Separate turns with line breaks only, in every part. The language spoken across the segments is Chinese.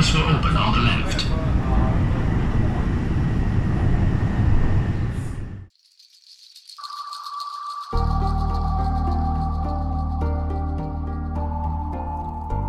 on the left.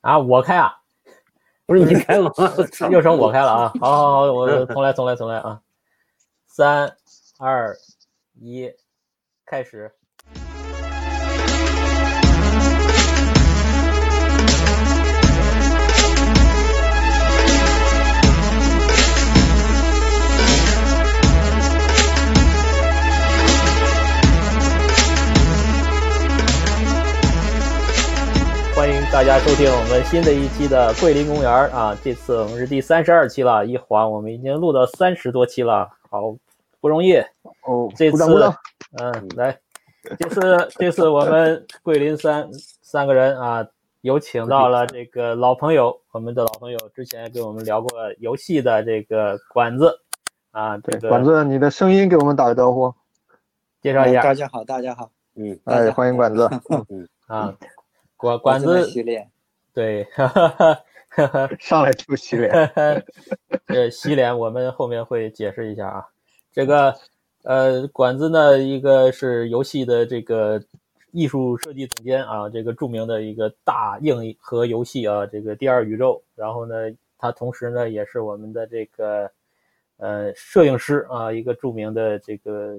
啊，我开啊，不是
你
你
开吗？
又成我开了啊！好好好，我重来，重来，重来啊！三、二、一，开始。欢迎大家收听我们新的一期的桂林公园儿啊！这次我们是第三十二期了，一晃我们已经录到三十多期了，好不容易。
哦，
这
鼓
次
掌鼓掌，
嗯，来，这次 这次我们桂林三三个人啊，有请到了这个老朋友，我们的老朋友之前跟我们聊过游戏的这个管子啊，这
哎对，管
个
子，你的声音给我们打个招 呼。
介绍一
哎大
下
家好，大家好，
嗯，
大家
哎，
好
欢迎管 子。
啊，管管
我这么
子
洗脸，
对，哈哈哈哈哈。
上来就洗脸，
这洗脸我们后面会解释一下啊。这个呃，管子呢，一个是游戏的这个艺术设计总监啊，这个著名的一个大硬核游戏啊，这个第二宇宙。然后呢，他同时呢也是我们的这个呃摄影师啊，一个著名的这个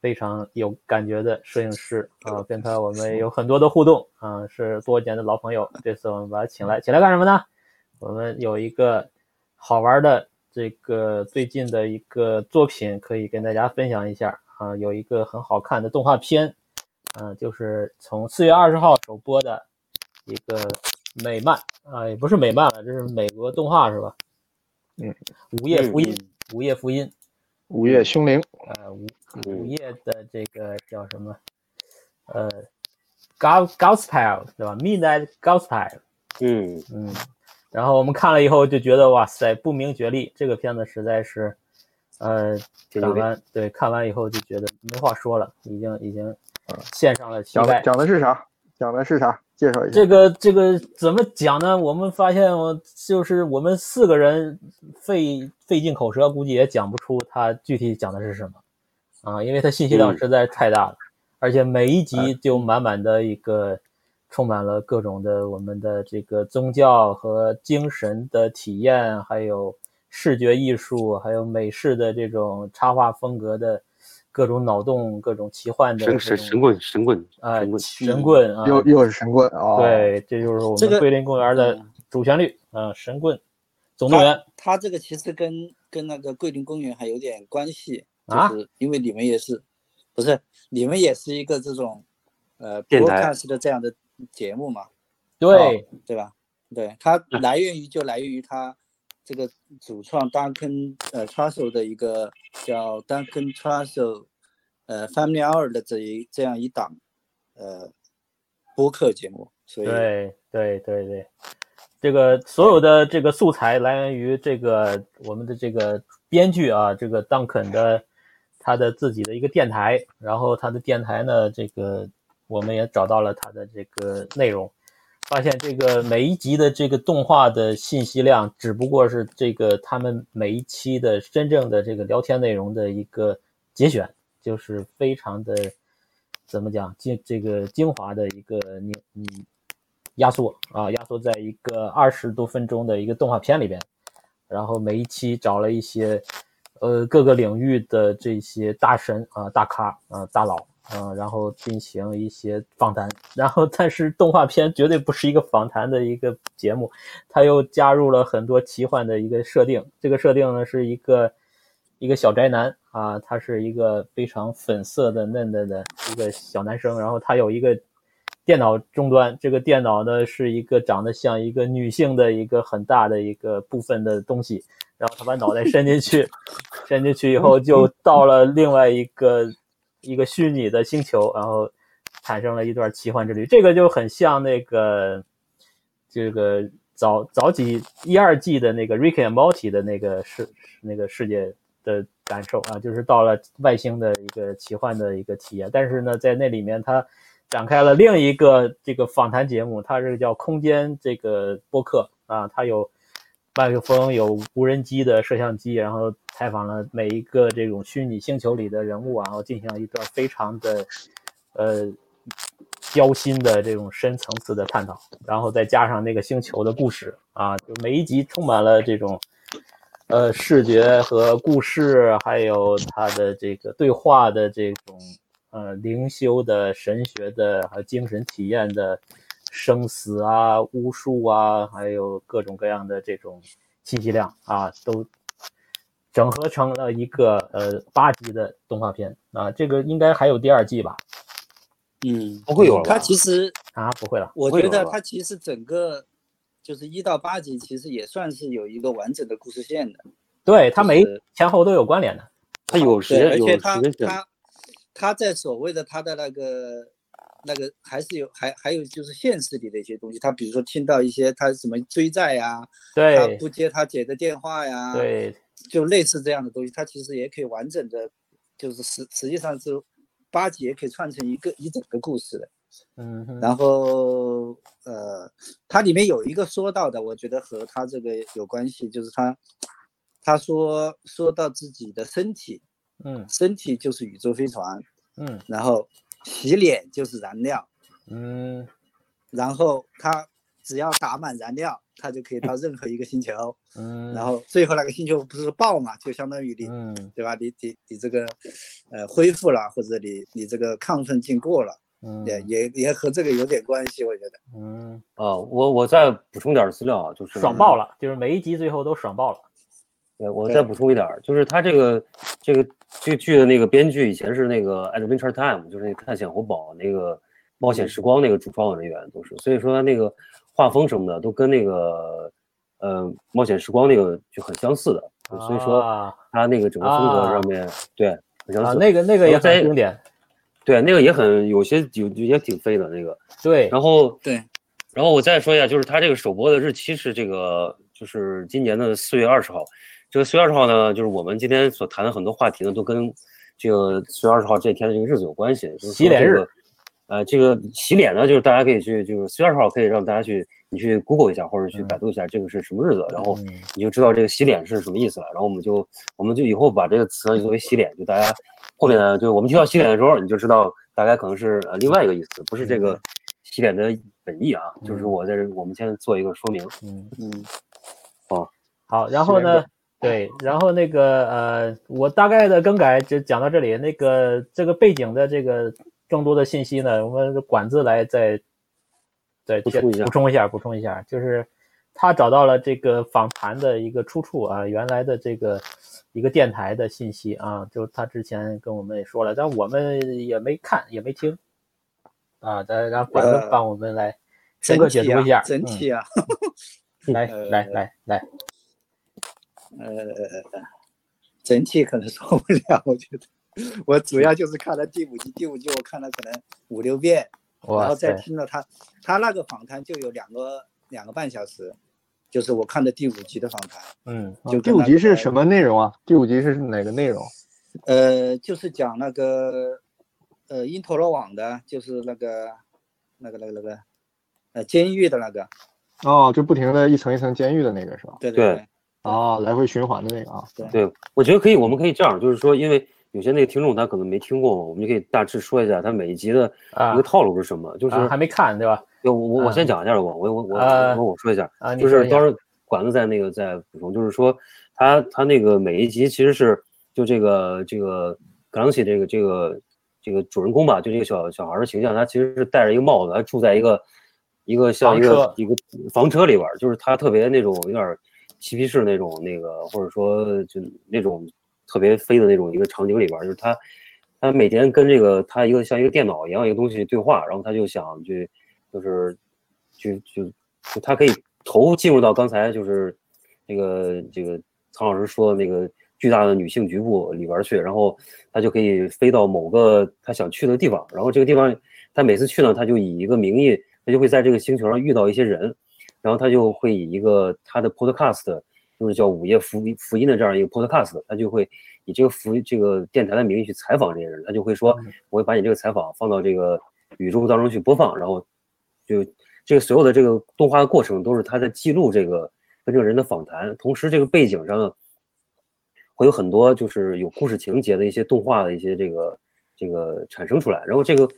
非常有感觉的摄影师啊，跟他我们有很多的互动啊，是多年的老朋友。这次我们把他请来，请来干什么呢？我们有一个好玩的这个最近的一个作品可以跟大家分享一下啊，有一个很好看的动画片，嗯、就是从四月二十号首播的一个美漫啊，也不是美漫了，这是美国动画是吧？
嗯，
午夜福音
嗯，
午夜福音，
午夜凶铃，
呃，午
嗯
午夜的这个叫什么？呃，Gos Gospel 对吧？Midnight Gospel，
嗯，
嗯，然后我们看了以后就觉得哇塞，不明觉厉，这个片子实在是，呃，
挺牛
看
逼
完对看完以后就觉得没话说了，已经已经
嗯
献上了期
讲的
待。
讲的是啥？讲的是啥？介绍一下。
这个这个怎么讲呢？我们发现我就是我们四个人费费尽口舌，估计也讲不出它具体讲的是什么啊，因为它信息量
嗯哎
实在是太大了，而且每一集就满满的一个充满了各种的我们的这个宗教和精神的体验，还有视觉艺术，还有美式的这种插画风格的各种脑洞、各种奇幻的
神
这
神
种
神棍，神棍，
啊
神棍，
神棍啊，
又又是神棍哦。，
对，这就是我
这
们
个
桂林公园的
嗯
主旋律，嗯、神棍总动员
它这个其实跟跟那个桂林公园还有点关系，
啊
就是因为你们也是，不是你们也是一个这种呃
电台
broadcast 的这样的节目嘛，哦
对，
对吧？对，它来源于就来源于它这个主创 Duncan 呃 Trussell 的一个叫 Duncan Trussell 呃 Family Hour 的这一这样一档呃播客节目，所以
对对对对，这个所有的这个素材来源于这个我们的这个编剧啊，这个当肯的他的自己的一个电台，然后他的电台呢，这个我们也找到了他的这个内容。发现这个每一集的这个动画的信息量，只不过是这个他们每一期的真正的这个聊天内容的一个节选，就是非常的怎么讲精这个精华的一个你你压缩啊，压缩在一个二十多分钟的一个动画片里边，然后每一期找了一些呃各个领域的这些大神啊、大咖啊、大佬啊，然后进行一些访谈，然后但是动画片绝对不是一个访谈的一个节目，它又加入了很多奇幻的一个设定，这个设定呢是一个一个小宅男啊，他是一个非常粉色的嫩嫩的一个小男生，然后他有一个电脑终端，这个电脑呢是一个长得像一个女性的一个很大的一个部分的东西，然后他把脑袋伸进去， 伸进去以后就到了另外一个一个虚拟的星球，然后产生了一段奇幻之旅。这个就很像那个这个早早几一二季的那个 Rick and Morty 的那个世那个世界的感受啊，就是到了外星的一个奇幻的一个体验。但是呢，在那里面它。展开了另一个这个访谈节目，它是叫空间这个播客啊，它有麦克风，有无人机的摄像机，然后采访了每一个这种虚拟星球里的人物，然后进行了一段非常的呃交心的这种深层次的探讨，然后再加上那个星球的故事啊，就每一集充满了这种呃视觉和故事，还有它的这个对话的这种。呃，灵修的、神学的，还有精神体验的，生死啊、巫术啊，还有各种各样的这种信息量啊，都整合成了一个呃八集的动画片啊。这个应该还有第二季吧？
嗯，
不会有了吧
它其实
啊，不会了。
我
会
觉
有
得
了
它其实整个就是一到八集，其实也算是有一个完整的故事线的。
对，它每一
就是
前后都有关联的。
他有时
对，
间
而
有
且
时
他
间选，
他他在所谓的他的那个那个还是有还还有就是现实里的一些东西，他比如说听到一些他什么追债呀、他
对
不接他姐的电话呀，，
对
就类似这样的东西，他其实也可以完整的，就是实实际上是八集也可以串成一个一整个故事的。
嗯哼，
然后呃，它里面有一个说到的，我觉得和他这个有关系，就是他他说说到自己的身体，
嗯
身体就是宇宙飞船，
嗯
然后洗脸就是燃料，
嗯，
然后他只要打满燃料，他就可以到任何一个星球，
嗯，
然后最后那个星球不是爆嘛，就相当于你
嗯
对吧？你你你这个呃恢复了，或者你你这个亢奋劲过了，
嗯
也也也和这个有点关系，我觉得。
嗯，
啊，我我再补充点儿资料啊，就是
爽爆了，就是每一集最后都爽爆了。
对，我
对
再补充一点儿，就是他这个这个这个剧的那个编剧以前是那个《Adventure Time》，就是那个《探险活宝》那个冒险时光那个主创人员都是，所以说他那个画风什么的都跟那个呃冒险时光那个就很相似的，所以说
啊
他那个整个风格
啊
上面、对很相
啊，
似，
那个那个也
然后再
很经典。
对那个也很有些有也挺飞的那个，
对，
然后
对，
然后我再说一下，就是它这个首播的日期是这个，就是今年的四月二十号。这个四月二十号呢，就是我们今天所谈的很多话题呢，都跟这个四月二十号这天的这个日子有关系。就是说
洗脸
这
日
个，呃，这个洗脸呢，就是大家可以去，就是四月二十号可以让大家去，你去 Google 一下或者去
嗯
百度一下这个是什么日子，然后
嗯
你就知道这个洗脸是什么意思了。然后我们就我们就以后把这个词呢就作为洗脸，就大家后面呢，就我们提到洗脸的时候，你就知道大概可能是呃另外一个意思，不是这个洗脸的本意啊。就是
嗯
我在这我们先做一个说明。
嗯，
嗯，
好，然后呢？对，然后那个呃，我大概的更改就讲到这里。那个这个背景的这个更多的信息呢，我们管子来再再
补充一下
补充一下，补充一下，就是他找到了这个访谈的一个出处啊，原来的这个一个电台的信息啊，就是他之前跟我们也说了，但我们也没看也没听啊，咱让管子
呃
帮我们来深
整
刻
体
解读一下
啊，，整
嗯
体啊，
来
呃
来来来，
呃，整体可能受不了， 我觉得。我主要就是看了第五集，第五集我看了可能五六遍，然
哇
后再
塞，
听了他他那个访谈就有两个两个半小时，就是我看的第五集的访谈，
嗯
就
第
跟
五
那
集是
个
什么内容啊？第五集是哪个内容？
呃，就是讲那个呃因陀罗网的，就是那个那个那个那个呃监狱的那个，
哦，就不停的一层一层监狱的那个是吧？
对
对
对，
哦，来回循环的那个啊。
对，我觉得可以，我们可以这样，就是说，因为有些那个听众他可能没听过，我们就可以大致说一下他每一集的
啊
一个套路是什么。就是、
啊，还没看对吧？
对我我我
嗯
先讲一下吧，我我我
啊
我我说一下，
啊，你
就
说
是
一
当
下
时管子在那个在补充，就是说他他那个每一集其实是就这个这个格朗奇这个这个这个主人公吧，就这个小小孩儿的形象，他其实是戴着一个帽子，他住在一个一个像
房
一个
车
一个房车里边儿，就是他特别那种有点儿嬉皮士那种那个，或者说就那种特别飞的那种一个场景里边儿，就是他他每天跟这个他一个像一个电脑一样一个东西对话，然后他就想去，就是，就就就他可以头进入到刚才就是那个这个苍老师说的那个巨大的女性局部里边儿去，然后他就可以飞到某个他想去的地方，然后这个地方他每次去呢，他就以一个名义，他就会在这个星球上遇到一些人，然后他就会以一个他的 podcast，就是叫午夜福音福音的这样一个 podcast，他就会以这个福这个电台的名义去采访这些人，他就会说，我会把你这个采访放到这个宇宙当中去播放，然后就这个所有的这个动画的过程都是他在记录这个跟这个人的访谈，同时这个背景上会有很多就是有故事情节的一些动画的一些这个这个产生出来，然后这个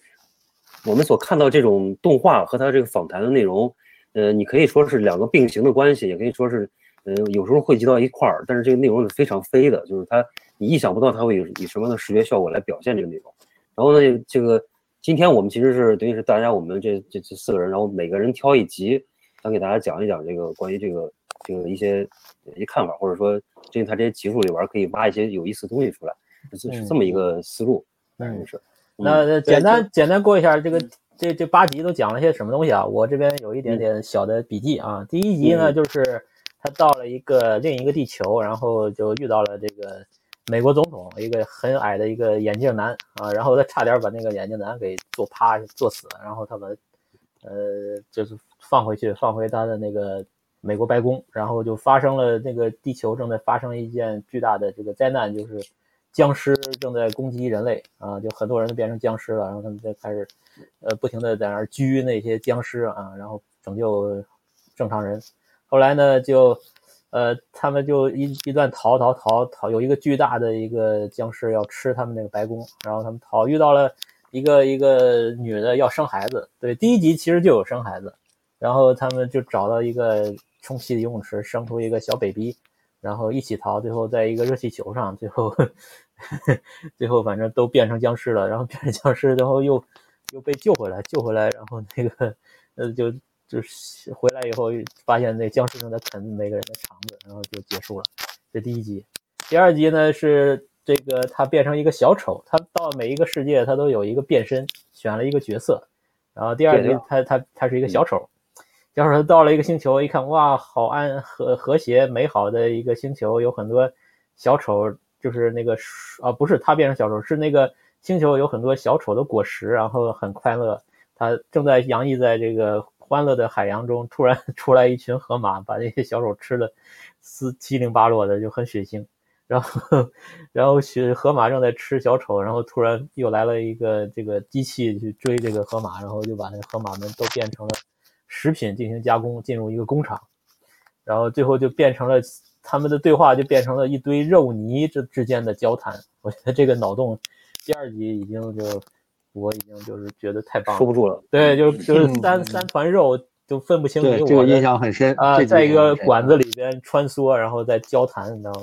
我们所看到这种动画和他这个访谈的内容，呃，你可以说是两个并行的关系，也可以说是，呃，有时候汇集到一块儿，但是这个内容是非常飞的，就是它你意想不到它会以以什么样的视觉效果来表现这个内容。然后呢，这个今天我们其实是等于是大家我们这这这四个人，然后每个人挑一集，想给大家讲一讲这个关于这个这个一些呃一些看法，或者说这他这些集数里边儿可以挖一些有意思的东西出来，是是这么一个思路，
嗯
就是。
嗯那那简
对
单简单过一下这个这这八集都讲了些什么东西啊？我这边有一点点小的笔记啊。第一集呢，
嗯
就是他到了一个另一个地球，然后就遇到了这个美国总统，一个很矮的一个眼镜男啊，然后他差点把那个眼镜男给坐趴坐死，然后他把呃就是放回去，放回他的那个美国白宫，然后就发生了那个地球正在发生一件巨大的这个灾难，就是僵尸正在攻击人类啊，就很多人都变成僵尸了，然后他们就开始呃不停的在那儿狙那些僵尸啊，然后拯救正常人。后来呢，就呃他们就一一段逃逃逃逃，有一个巨大的一个僵尸要吃他们那个白宫，然后他们逃遇到了。一个一个女的要生孩子，对，第一集其实就有生孩子，然后他们就找到一个充气的游泳池，生出一个小 baby，然后一起逃，最后在一个热气球上，最后 最后反正都变成僵尸了，然后变成僵尸，然后又又被救回来，救回来，然后那个呃就就是回来以后发现那僵尸正在啃每个人的肠子，然后就结束了，这第一集。第二集呢是这个他变成一个小丑，他到每一个世界他都有一个变身，选了一个角色，然后第二集
对的
他他他是一个小丑，小丑他到了一个星球，一看哇，好安和和谐美好的一个星球，有很多小丑，就是那个树啊不是他变成小丑，是那个星球有很多小丑的果实，然后很快乐，他正在洋溢在这个欢乐的海洋中，突然 出来一群河马，把那些小丑吃的四七零八落的，就很血腥。然后，然后雪河马正在吃小丑，然后突然又来了一个这个机器去追这个河马，然后就把那河马们都变成了食品进行加工，进入一个工厂，然后最后就变成了他们的对话就变成了一堆肉泥这之间的交谈。我觉得这个脑洞第二集已经就我已经就是觉得太棒了
收，不住了，
对，就是就是
嗯
三三团肉都分不清你
对，这
我
个
的
印象很 深
啊、
这集
在一
印象
个
很深
馆子里边穿梭，然后再交谈，你知道吗？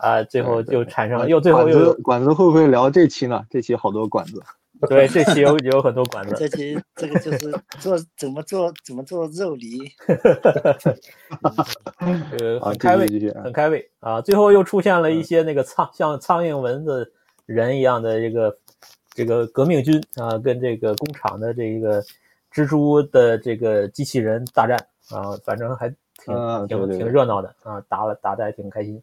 啊、最后
对对
就产生了，
管
又最后
啊管
又
子
有
管子会不会聊这期呢？这期好多管子，
对这期有有很多馆
啊
子，
这期这个就是做怎么做怎么做肉泥，
呃，
啊
很开胃
继续继续，
很开胃啊！最后又出现了一
嗯
些那个苍像苍蝇蚊子人一样的这个这个革命军啊，跟这个工厂的这个蜘蛛的这个机器人大战啊，反正还挺
啊对
挺
对
挺
对
热闹的啊，打了打的还挺开心。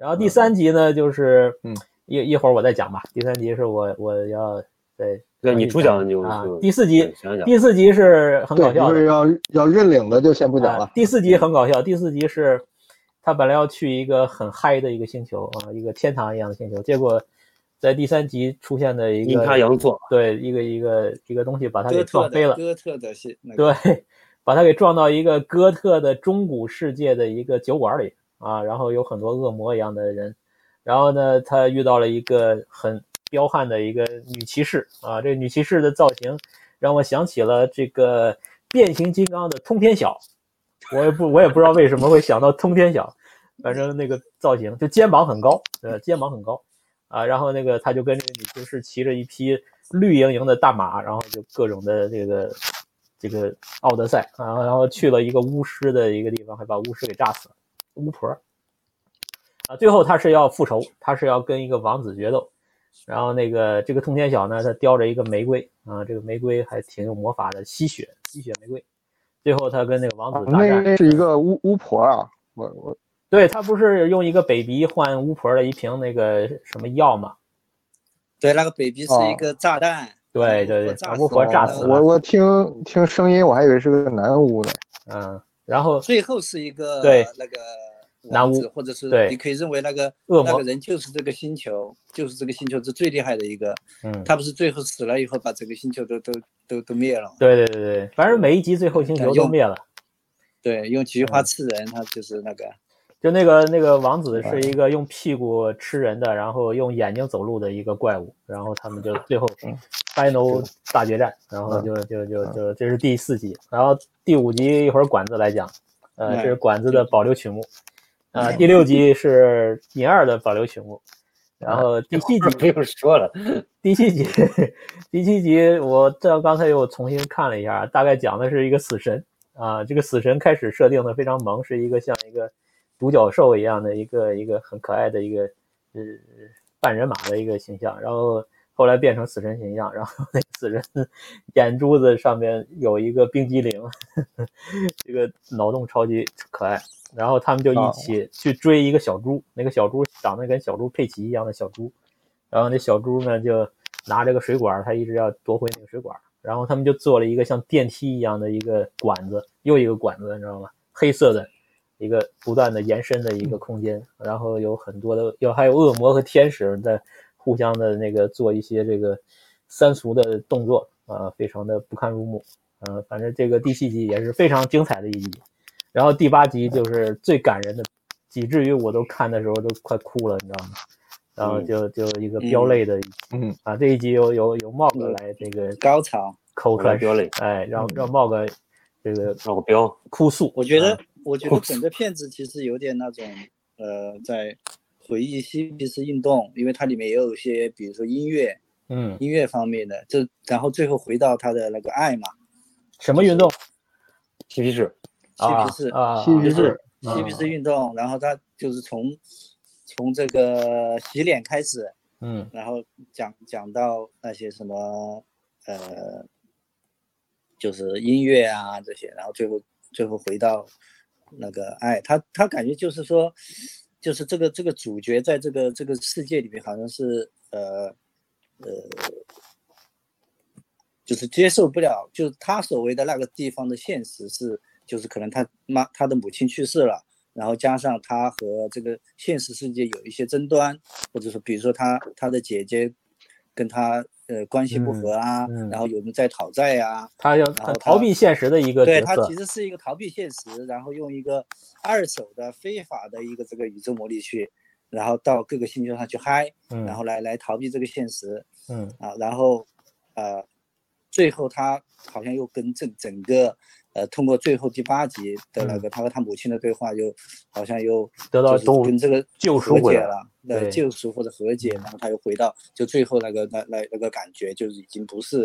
然后第三集呢，就是
嗯
一一会儿我再讲吧。第三集是我我要对
对你主讲你就
啊
就
第四集
对想一想，
第四集是很
对，
搞
就
笑的
是。要要认领的就先不讲
啊
了。
第四
嗯
集很搞笑，第四集是他本来要去一个很嗨的一个星球啊，一个天堂一样的星球，结果在第三集出现的一
阴
个
差阳错，
对一个一个一个东西把他给
哥特
撞飞
的
了，
哥特的是那个
对，把他给撞到一个哥特的中古世界的一个酒馆里啊，然后有很多恶魔一样的人，然后呢，他遇到了一个很彪悍的一个女骑士啊，这个女骑士的造型让我想起了这个变形金刚的通天晓，我也不我也不知道为什么会想到通天晓，反正那个造型就肩膀很高，呃，肩膀很高。啊，然后那个他就跟这个女骑士骑着一匹绿莹莹的大马，然后就各种的这个这个奥德赛啊，然后去了一个巫师的一个地方，还把巫师给炸死了，巫婆。啊，最后他是要复仇，他是要跟一个王子决斗，然后那个这个通天晓呢，他叼着一个玫瑰啊，这个玫瑰还挺有魔法的，吸血吸血玫瑰。最后他跟那个王子大战，
哦那是一个巫巫婆啊，我我
对他不是用一个北鼻换巫婆的一瓶那个什么药嘛？
对，那个 baby 是一
哦
个炸弹，
对对对，
炸
把
死
巫婆
了
炸
的
死
我
了。
我听听声音，我还以为是个男巫呢。
嗯，然后
最后是一个
对
那个
南
王
巫
子，或者是
对
你可以认为那个
恶
那
魔
个人就是这个星球，就是这个星球是最厉害的一个。
嗯，
他不是最后死了以后把整个星球都都都都灭了吗？
对对对对，反正每一集最后星球都灭了。
对，用菊
嗯
花刺人，他就是那个
就那个那个王子是一个用屁股吃人的，然后用眼睛走路的一个怪物，然后他们就最后 final 大决战，然后就就就就这是第四集，然后第五集一会儿管子来讲，呃，
嗯
这是管子的保留曲目，呃，第六集是银二的保留曲目，然后第七集
不用说了，
第七集， 第七集我这刚才又重新看了一下，大概讲的是一个死神啊，这个死神开始设定的非常萌，是一个像一个独角兽一样的一个一个很可爱的一个呃半人马的一个形象，然后后来变成死神形象，然后那个死神眼珠子上面有一个冰激凌， 这个脑洞超级可爱，然后他们就一起去追一个小猪，那个小猪长得跟小猪佩奇一样的小猪，然后那小猪呢就拿着个水管儿，它一直要夺回那个水管儿，然后他们就做了一个像电梯一样的一个管子，又一个管子，你知道吗？黑色的一个不断的延伸的一个空间，然后有很多的有还有恶魔和天使在互相的那个做一些这个三俗的动作啊、非常的不堪入目。呃，反正这个第七集也是非常精彩的一集，然后第八集就是最感人的，以至于我都看的时候都快哭了，你知道吗？然后
嗯
就就一个飙泪的一集，
嗯
啊，这一集由由由茂哥来这个
高潮。
口传
来飙泪，
哎，让让茂哥这个
让我标。
哭诉，
嗯我觉得
啊，
我觉得整个片子其实有点那种呃，在回忆嬉皮士运动，因为它里面也有一些，比如说音乐
嗯，
音乐方面的，就然后最后回到他的那个爱嘛，
什么运动
嬉皮士，
嬉
啊
皮士
啊，
嬉皮士，
嬉皮士运动，然后他就是从从这个洗脸开始，
嗯
然后讲讲到那些什么呃，就是音乐啊这些，然后最后最后回到那个爱，他他感觉就是说，就是这个这个主角在这个这个世界里面好像是呃呃，就是接受不了，就是他所谓的那个地方的现实是，就是可能他妈他的母亲去世了。然后加上他和这个现实世界有一些争端，或者说比如说他他的姐姐跟他呃关系不和啊，
嗯嗯
然后有人在讨债啊，
他要
然后
逃避现实的一个
对
角
他
色
其，实是一个逃避现实，然后用一个二手的非法的一个这个宇宙魔力去，然后到各个星球上去嗨，
嗯
然后来来逃避这个现实
嗯
啊，然后呃，最后他好像又跟整整个呃通过最后第八集的那个他和他母亲的对话又，好像又
嗯得到
就是跟这个
救赎
和
回
解
来
了，对
对嗯
救赎或者和解，然后他又回到就最后那个那那那个感觉，就是已经不是，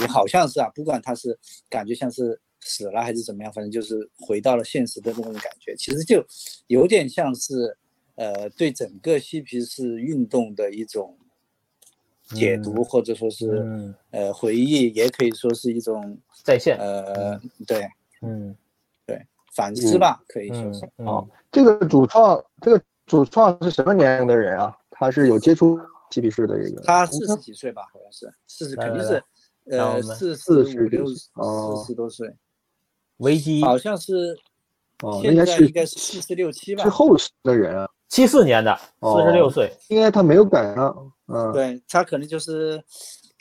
也好像是啊，不管他是感觉像是死了还是怎么样，反正就是回到了现实的那种感觉，其实就有点像是呃对整个嬉皮士运动的一种解读，
嗯
或者说是、
嗯
呃回忆，也可以说是一种
在线，
呃对
嗯
反思吧，可以说是。
嗯
哦这个主创，这个主创是什么年龄的人啊？他是有接触嬉皮士的这个，
他四十几岁吧，好像是四十，
来
肯定
来
是
来让我
呃
们
四
40
五六
几哦
四十多岁，
维基
好像是
哦那
现
应该
在
是
应该是四十六七吧
之。后的人啊，
七四年的，
哦
四十六岁，
应该他没有赶上，嗯，
对他可能就是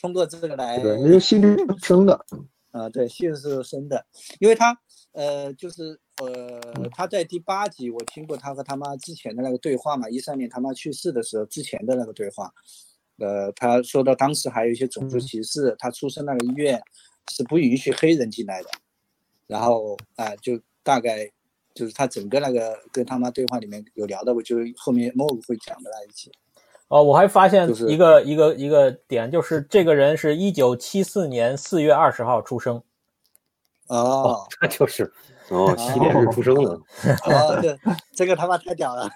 通过这个来
对，那是嬉皮士生的，
啊，对，现实生的，因为他呃，就是呃，他在第八集我听过他和他妈之前的那个对话嘛，一三年他妈去世的时候之前的那个对话，呃，他说到当时还有一些种族歧视，他出生那个医院是不允许黑人进来的，然后啊、就大概就是他整个那个跟他妈对话里面有聊到过，就是后面 m o 会讲的那一集，
哦，我还发现
就是
一个、一个一个点，就是这个人是一九七四年四月二十号出生，
哦，
那就是哦，西点是出生的，
哦，对，这个他妈太屌了，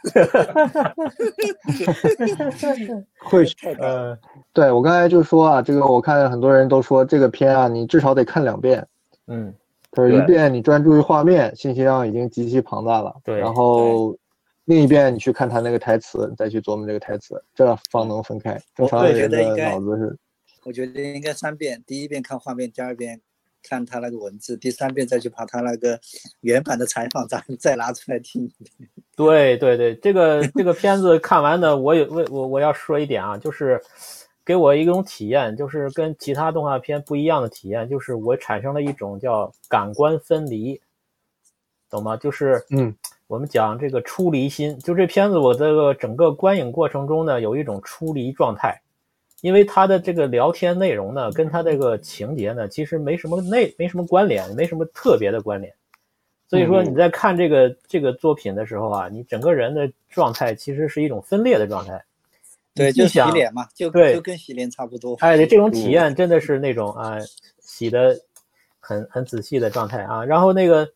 会
太屌了。
呃，
对我刚才就说啊，这个我看很多人都说这个片啊，你至少得看两遍。
嗯，
他说一
对
遍你专注于画面，信息量已经极其庞大了。
对
然后另一遍你去看他那个台词，你再去琢磨这个台词，这方能分开。正常
我
人
觉得
的
应该
脑子是，
我觉得应该三遍，第一遍看画面，第二遍看他那个文字，第三遍再去把他那个原版的采访再再拿出来听。
对对对，这个这个片子看完呢，我也我我我要说一点啊，就是给我一种体验，就是跟其他动画片不一样的体验，就是我产生了一种叫感官分离，懂吗？就是
嗯，
我们讲这个出离心，就这片子我这个整个观影过程中呢，有一种出离状态，因为他的这个聊天内容呢，跟他这个情节呢，其实没什么内没什么关联，没什么特别的关联。所以说
嗯
你在看这个、这个作品的时候啊，你整个人的状态其实是一种分裂的状态。
对，
你
就洗
想
脸嘛，就
对
就跟洗脸差不多。
哎，这种体验真的是那种啊，洗的很很仔细的状态啊。然后那个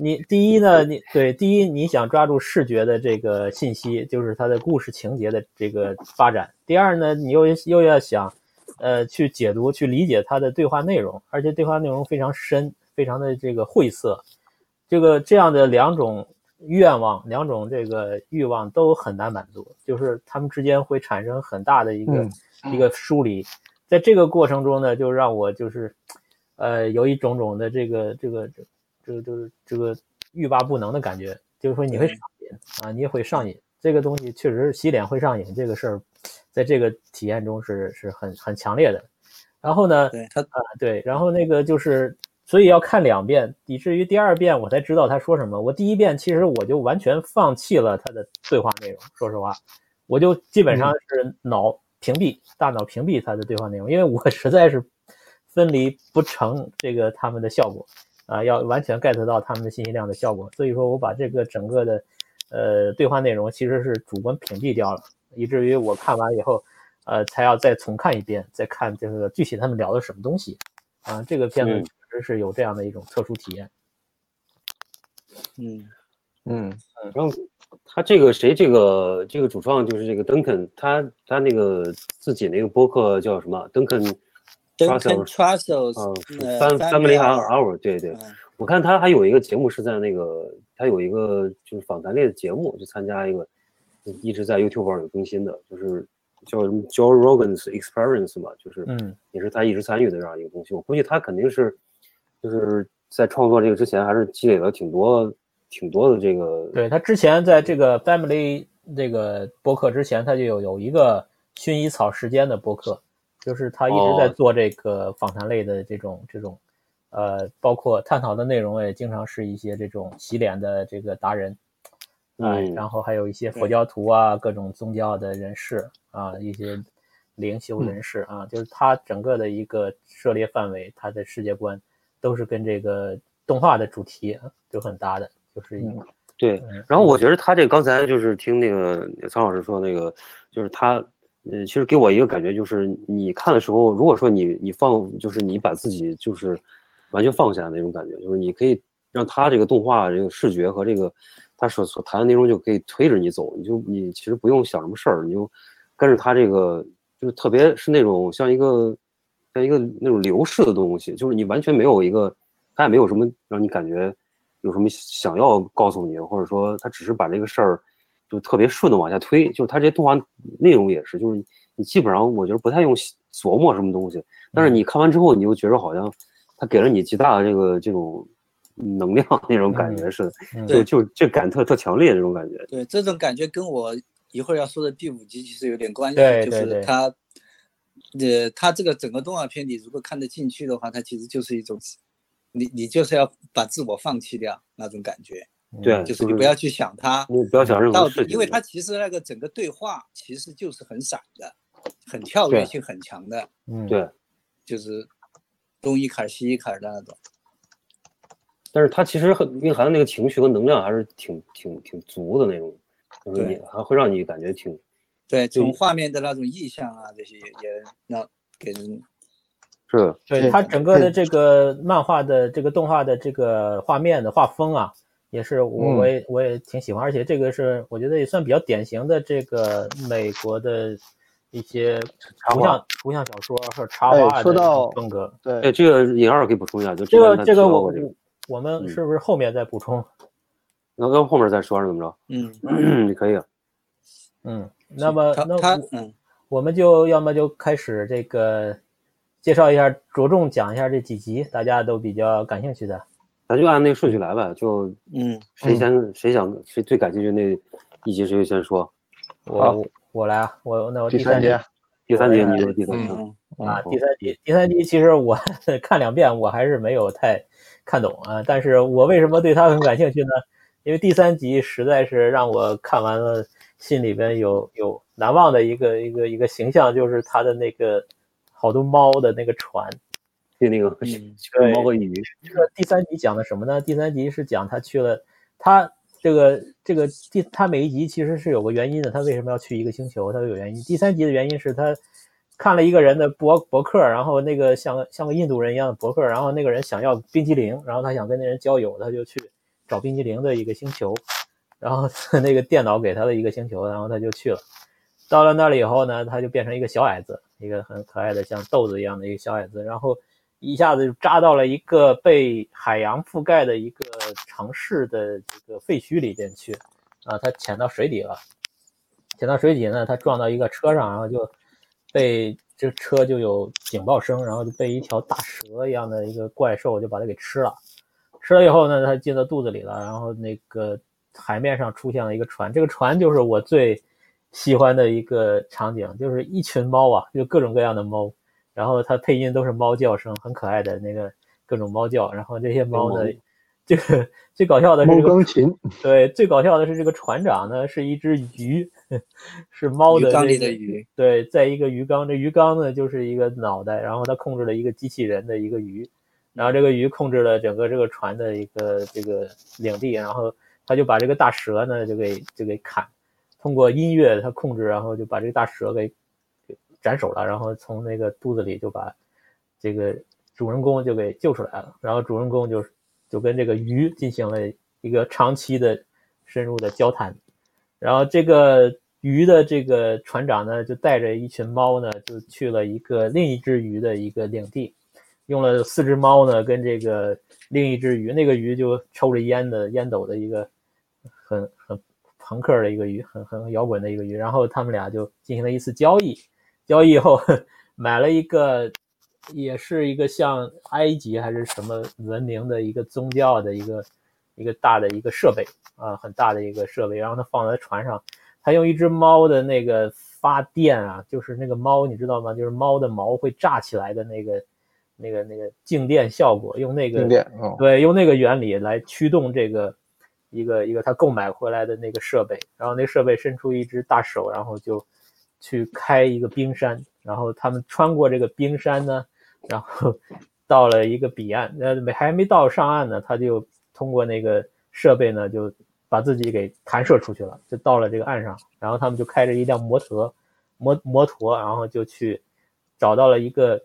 你第一呢，你对第一你想抓住视觉的这个信息，就是它的故事情节的这个发展。第二呢，你又又要想呃去解读、去理解它的对话内容，而且对话内容非常深，非常的这个晦涩。这个这样的两种愿望、两种这个欲望都很难满足，就是他们之间会产生很大的一个、
嗯
一个疏离。在这个过程中呢，就让我就是，呃，有一种种的这个这个这这个就是这个欲罢不能的感觉，就是说你会
对
上瘾啊，你也会上瘾。这个东西确实是洗脸会上瘾，这个事儿，在这个体验中是是很很强烈的。然后呢，
对他，
啊，对，然后那个就是，所以要看两遍，以至于第二遍我才知道他说什么。我第一遍其实我就完全放弃了他的对话内容，说实话，我就基本上是脑屏蔽、大脑屏蔽他的对话内容，因为我 实在是分离不成这个他们的效果啊、要完全 get 到他们的信息量的效果。所以说我把这个整个的呃对话内容其实是主观屏蔽掉了，以至于我看完以后。呃，才要再重看一遍，再看这个具体他们聊的什么东西啊、这个片子
嗯
确实是有这样的一种特殊体验。
嗯，
嗯，
然后他这个谁，这个这个主创就是这个登肯，他他那个自己那个播客叫什么？登肯，
跟
Trussell-
t r u s s e
嗯
l
，Fam Family
Hour，
Hour，对对。
嗯
我看他还有一个节目是在那个，他有一个就是访谈类的节目，就参加一个，一直在 YouTube 上有更新的，就是叫什么 Joe Rogan's Experience 嘛，就是
嗯，
也是他一直参与的这样一个东西。我估计他肯定是就是在创作这个之前，还是积累了挺多挺多的这个
对他之前在这个 Family 这个播客之前，他就有有一个薰衣草时间的播客，就是他一直在
哦
做这个访谈类的这种这种，呃，包括探讨的内容也经常是一些这种洗脸的这个达人。啊，
嗯
然后还有一些佛
对
教徒啊，各种宗教的人士啊，一些灵修人士啊，就是他整个的一个涉猎范围，他的世界观都是跟这个动画的主题就很搭的，就是一
嗯
对
嗯，
然后我觉得他这刚才就是听那个苍老师说那个，就是他，呃，其实给我一个感觉就是，你看的时候，如果说你你放，就是你把自己就是完全放下那种感觉，就是你可以让他这个动画这个视觉和这个他所所谈的内容就可以推着你走，你就你其实不用想什么事儿，你就跟着他这个，就是特别是那种像一个像一个那种流逝的东西，就是你完全没有一个，他也没有什么让你感觉有什么想要告诉你，或者说他只是把这个事儿就特别顺的往下推，就是他这动画内容也是，就是你基本上我觉得不太用琢磨什么东西，但是
嗯
你看完之后，你又觉得好像他给了你极大的这个这种能量那种感觉似的，
嗯
就就这感特特强烈这种感觉，
对，这种感觉跟我一会儿要说的第五集其实有点关系，
对
就
对
是
对
它，呃，它这个整个动画片，你如果看得进去的话，它其实就是一种，你你就是要把自我放弃掉那种感觉，
对，
就是
是
你不要去想它
你不要想任
到
何
底
事，情，
因为它其实那个整个对话其实就是很散的，很跳跃
对
性很强的，
嗯，
对。
就是东一坎儿西一坎儿的那种。
但是它其实很蕴含的那个情绪和能量还是挺挺挺足的那种，就是你还会让你感觉挺
对，从
对
画面的那种意象啊，这些也也让给人
是的，
对它整个的这个漫画的这个动画的这个画面的画风啊，也是我
嗯
我也我也挺喜欢，而且这个是我觉得也算比较典型的这个美国的一些
插
图
画
像图像小说和插画
哎
的
说
这
到
种风格。
哎，
对，
这个尹二可以补充一下，就
这
之前
个
他
这
提
个
到
我
过这个，
我们
嗯
是不是后面再补充？
那那后面再说还是怎么着？
嗯，
你可以啊，
嗯，那么
他
那
他
我
嗯
我们就要么就开始这个介绍一下，着重讲一下这几集大家都比较感兴趣的。
咱就按那个顺序来呗，就
嗯
谁先、谁想谁最感兴趣那一集谁就先说。
好
我我来啊，我那我
第
第三
三
集
节，
第三集你说第三集，
嗯
啊，
嗯
第三集，第三集其实我 看两遍，我还是没有太看懂啊。但是我为什么对它很感兴趣呢？因为第三集实在是让我看完了，心里边有有难忘的一个一个一个形象，就是它的那个好多猫的那个船。
就那个
嗯
熊 猫和鱼，
这个第三集讲的什么呢？第三集是讲他去了，他这个这个第他每一集其实是有个原因的，他为什么要去一个星球？他有原因。第三集的原因是他看了一个人的博博客，然后那个像个像个印度人一样的博客，然后那个人想要冰激凌，然后他想跟那人交友，他就去找冰激凌的一个星球，然后 那个电脑给他的一个星球，然后他就去了。到了那里以后呢，他就变成一个小矮子，一个很可爱的像豆子一样的一个小矮子，然后一下子就扎到了一个被海洋覆盖的一个城市的这个废墟里边去，啊，他潜到水底了，潜到水底呢，他撞到一个车上，然后就被这车就有警报声，然后就被一条大蛇一样的一个怪兽就把它给吃了，吃了以后呢，它进到肚子里了，然后那个海面上出现了一个船，这个船就是我最喜欢的一个场景，就是一群猫啊，就各种各样的猫，然后它配音都是猫叫声，很可爱的那个各种猫叫，然后这些猫呢
猫，
这个最搞笑的是
猫
这个
更琴，
对，最搞笑的是这个船长呢是一只鱼， 是猫的
鱼缸
这
里的
个
鱼。
对，在一个鱼缸，这鱼缸呢就是一个脑袋，然后它控制了一个机器人的一个鱼，然后这个鱼控制了整个这个船的一个这个领地，然后他就把这个大蛇呢就给就给砍，通过音乐他控制，然后就把这个大蛇给给斩首了，然后从那个肚子里就把这个主人公就给救出来了，然后主人公就就跟这个鱼进行了一个长期的深入的交谈，然后这个鱼的这个船长呢，就带着一群猫呢，就去了一个另一只鱼的一个领地，用了四只猫呢跟这个另一只鱼，那个鱼就抽着烟的烟斗的一个很很朋克的一个鱼，很很摇滚的一个鱼，然后他们俩就进行了一次交易，交易后买了一个。也是一个像埃及还是什么文明的一个宗教的一个一个大的一个设备啊，很大的一个设备，然后它放在船上，他用一只猫的那个发电啊，就是那个猫，你知道吗？就是猫的毛会炸起来的那个、那个、那个静电效果，用那个
经典，嗯，
对，用那个原理来驱动这个一个一个他购买回来的那个设备，然后那设备伸出一只大手，然后就去开一个冰山，然后他们穿过这个冰山呢，然后 到了一个彼岸，呃，没还没到上岸呢，他就通过那个设备呢，就把自己给弹射出去了，就到了这个岸上，然后他们就开着一辆摩托，摩摩托，然后就去找到了一个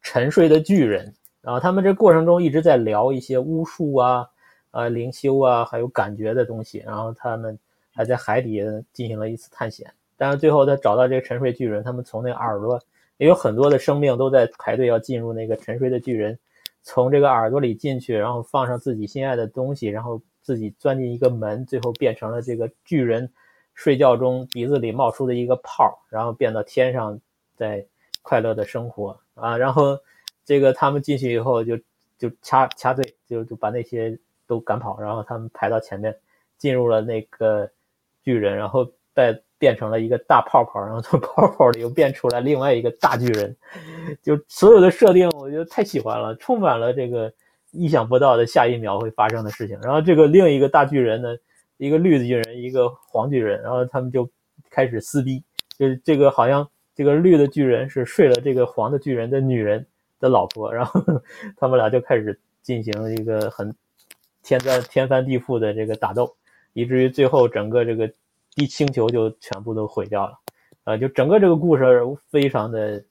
沉睡的巨人，然后他们这过程中一直在聊一些巫术啊、呃灵修啊，还有感觉的东西。然后他们还在海底进行了一次探险，但是最后他找到这个沉睡巨人，他们从那个耳朵，也有很多的生命都在排队要进入那个沉睡的巨人，从这个耳朵里进去，然后放上自己心爱的东西，然后自己钻进一个门，最后变成了这个巨人睡觉中鼻子里冒出的一个泡儿，然后变到天上，在快乐的生活啊。然后这个他们进去以后就就掐掐队，就就把那些都赶跑，然后他们排到前面，进入了那个巨人，然后再变成了一个大泡泡，然后从泡泡里又变出来另外一个大巨人，就所有的设定我觉得太喜欢了，充满了这个意想不到的下一秒会发生的事情。然后这个另一个大巨人呢，一个绿巨人，一个黄巨人，然后他们就开始撕逼，就是这个好像这个绿的巨人是睡了这个黄的巨人的女人的老婆，然后他们俩就开始进行了一个很天翻天翻地覆的这个打斗，以至于最后整个这个地星球就全部都毁掉了。呃，就整个这个故事非常的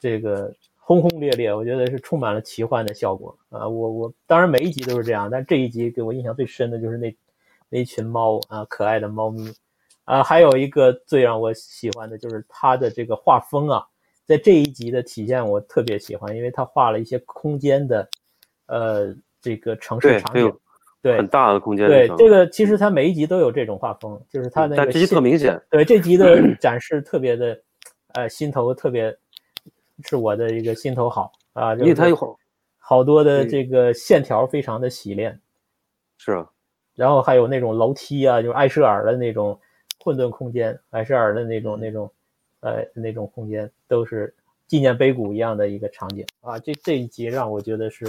这个轰轰烈烈，我觉得是充满了奇幻的效果啊！我我当然每一集都是这样，但这一集给我印象最深的就是那那一群猫啊，可爱的猫咪啊，还有一个最让我喜欢的就是它的这个画风啊，在这一集的体现我特别喜欢，因为它画了一些空间的，呃，这个城市
对
场
它有
景，对
很大的空间
对
里头
这个其实它每一集都有这种画风，就是它那
嗯但
个
这些
线
特嗯明显，
对这集的展示特别的，呃，心头特别是我的一个心头好啊，
因为它有
好好多的
嗯
这个线条非常的洗练，
是啊，
然后还有那种楼梯啊，就是艾舍尔的那种混沌空间，艾舍尔的那种那种呃那种空间，都是纪念碑谷一样的一个场景啊。这这一集让我觉得是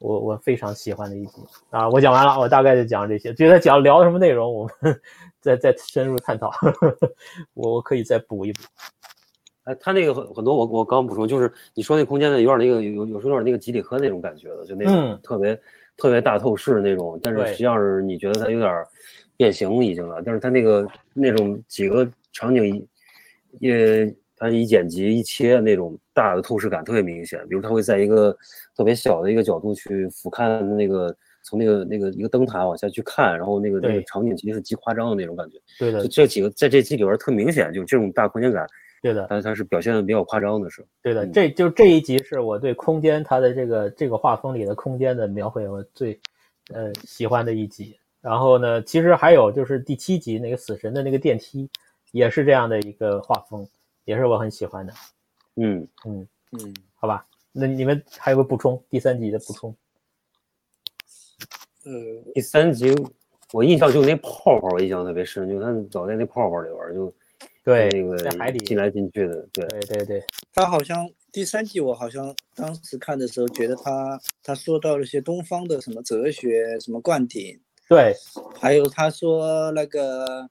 我我非常喜欢的一集啊。我讲完了，我大概就讲这些。觉得讲聊什么内容，我们 再再深入探讨。 我我可以再补一补。
哎，它那个很很多，我我刚补充就是你说那空间呢，有点那个有有时候有点那个吉里科那种感觉的，就那
嗯
种特别、特别大透视那种，但是
对
实际上是你觉得它有点儿变形已经了，但是它那个那种几个场景一也它一剪辑一切那种大的透视感特别明显，比如它会在一个特别小的一个角度去俯瞰那个从那个那个一个灯塔往下去看，然后那个那
对
个场景其实是极夸张的那种感觉，
对的
就，这几个在这集里边儿特明显，就这种大空间感。
对的。
但是它是表现的比较夸张的是，
对的，
嗯
这就这一集是我对空间它的这个这个画风里的空间的描绘，我最呃喜欢的一集。然后呢，其实还有就是第七集那个死神的那个电梯，也是这样的一个画风，也是我很喜欢的，
嗯，
嗯，
好吧？那你们还有个补充，第三集的补充，
呃，
第三集我印象就那泡泡，我印象特别深，就他老在那泡泡里边儿就
对，
那个
在海里，
进来进去的，对，
对对对，
他好像第三季，我好像当时看的时候，觉得他他说到了一些东方的什么哲学、什么灌顶，
对
还有他说那个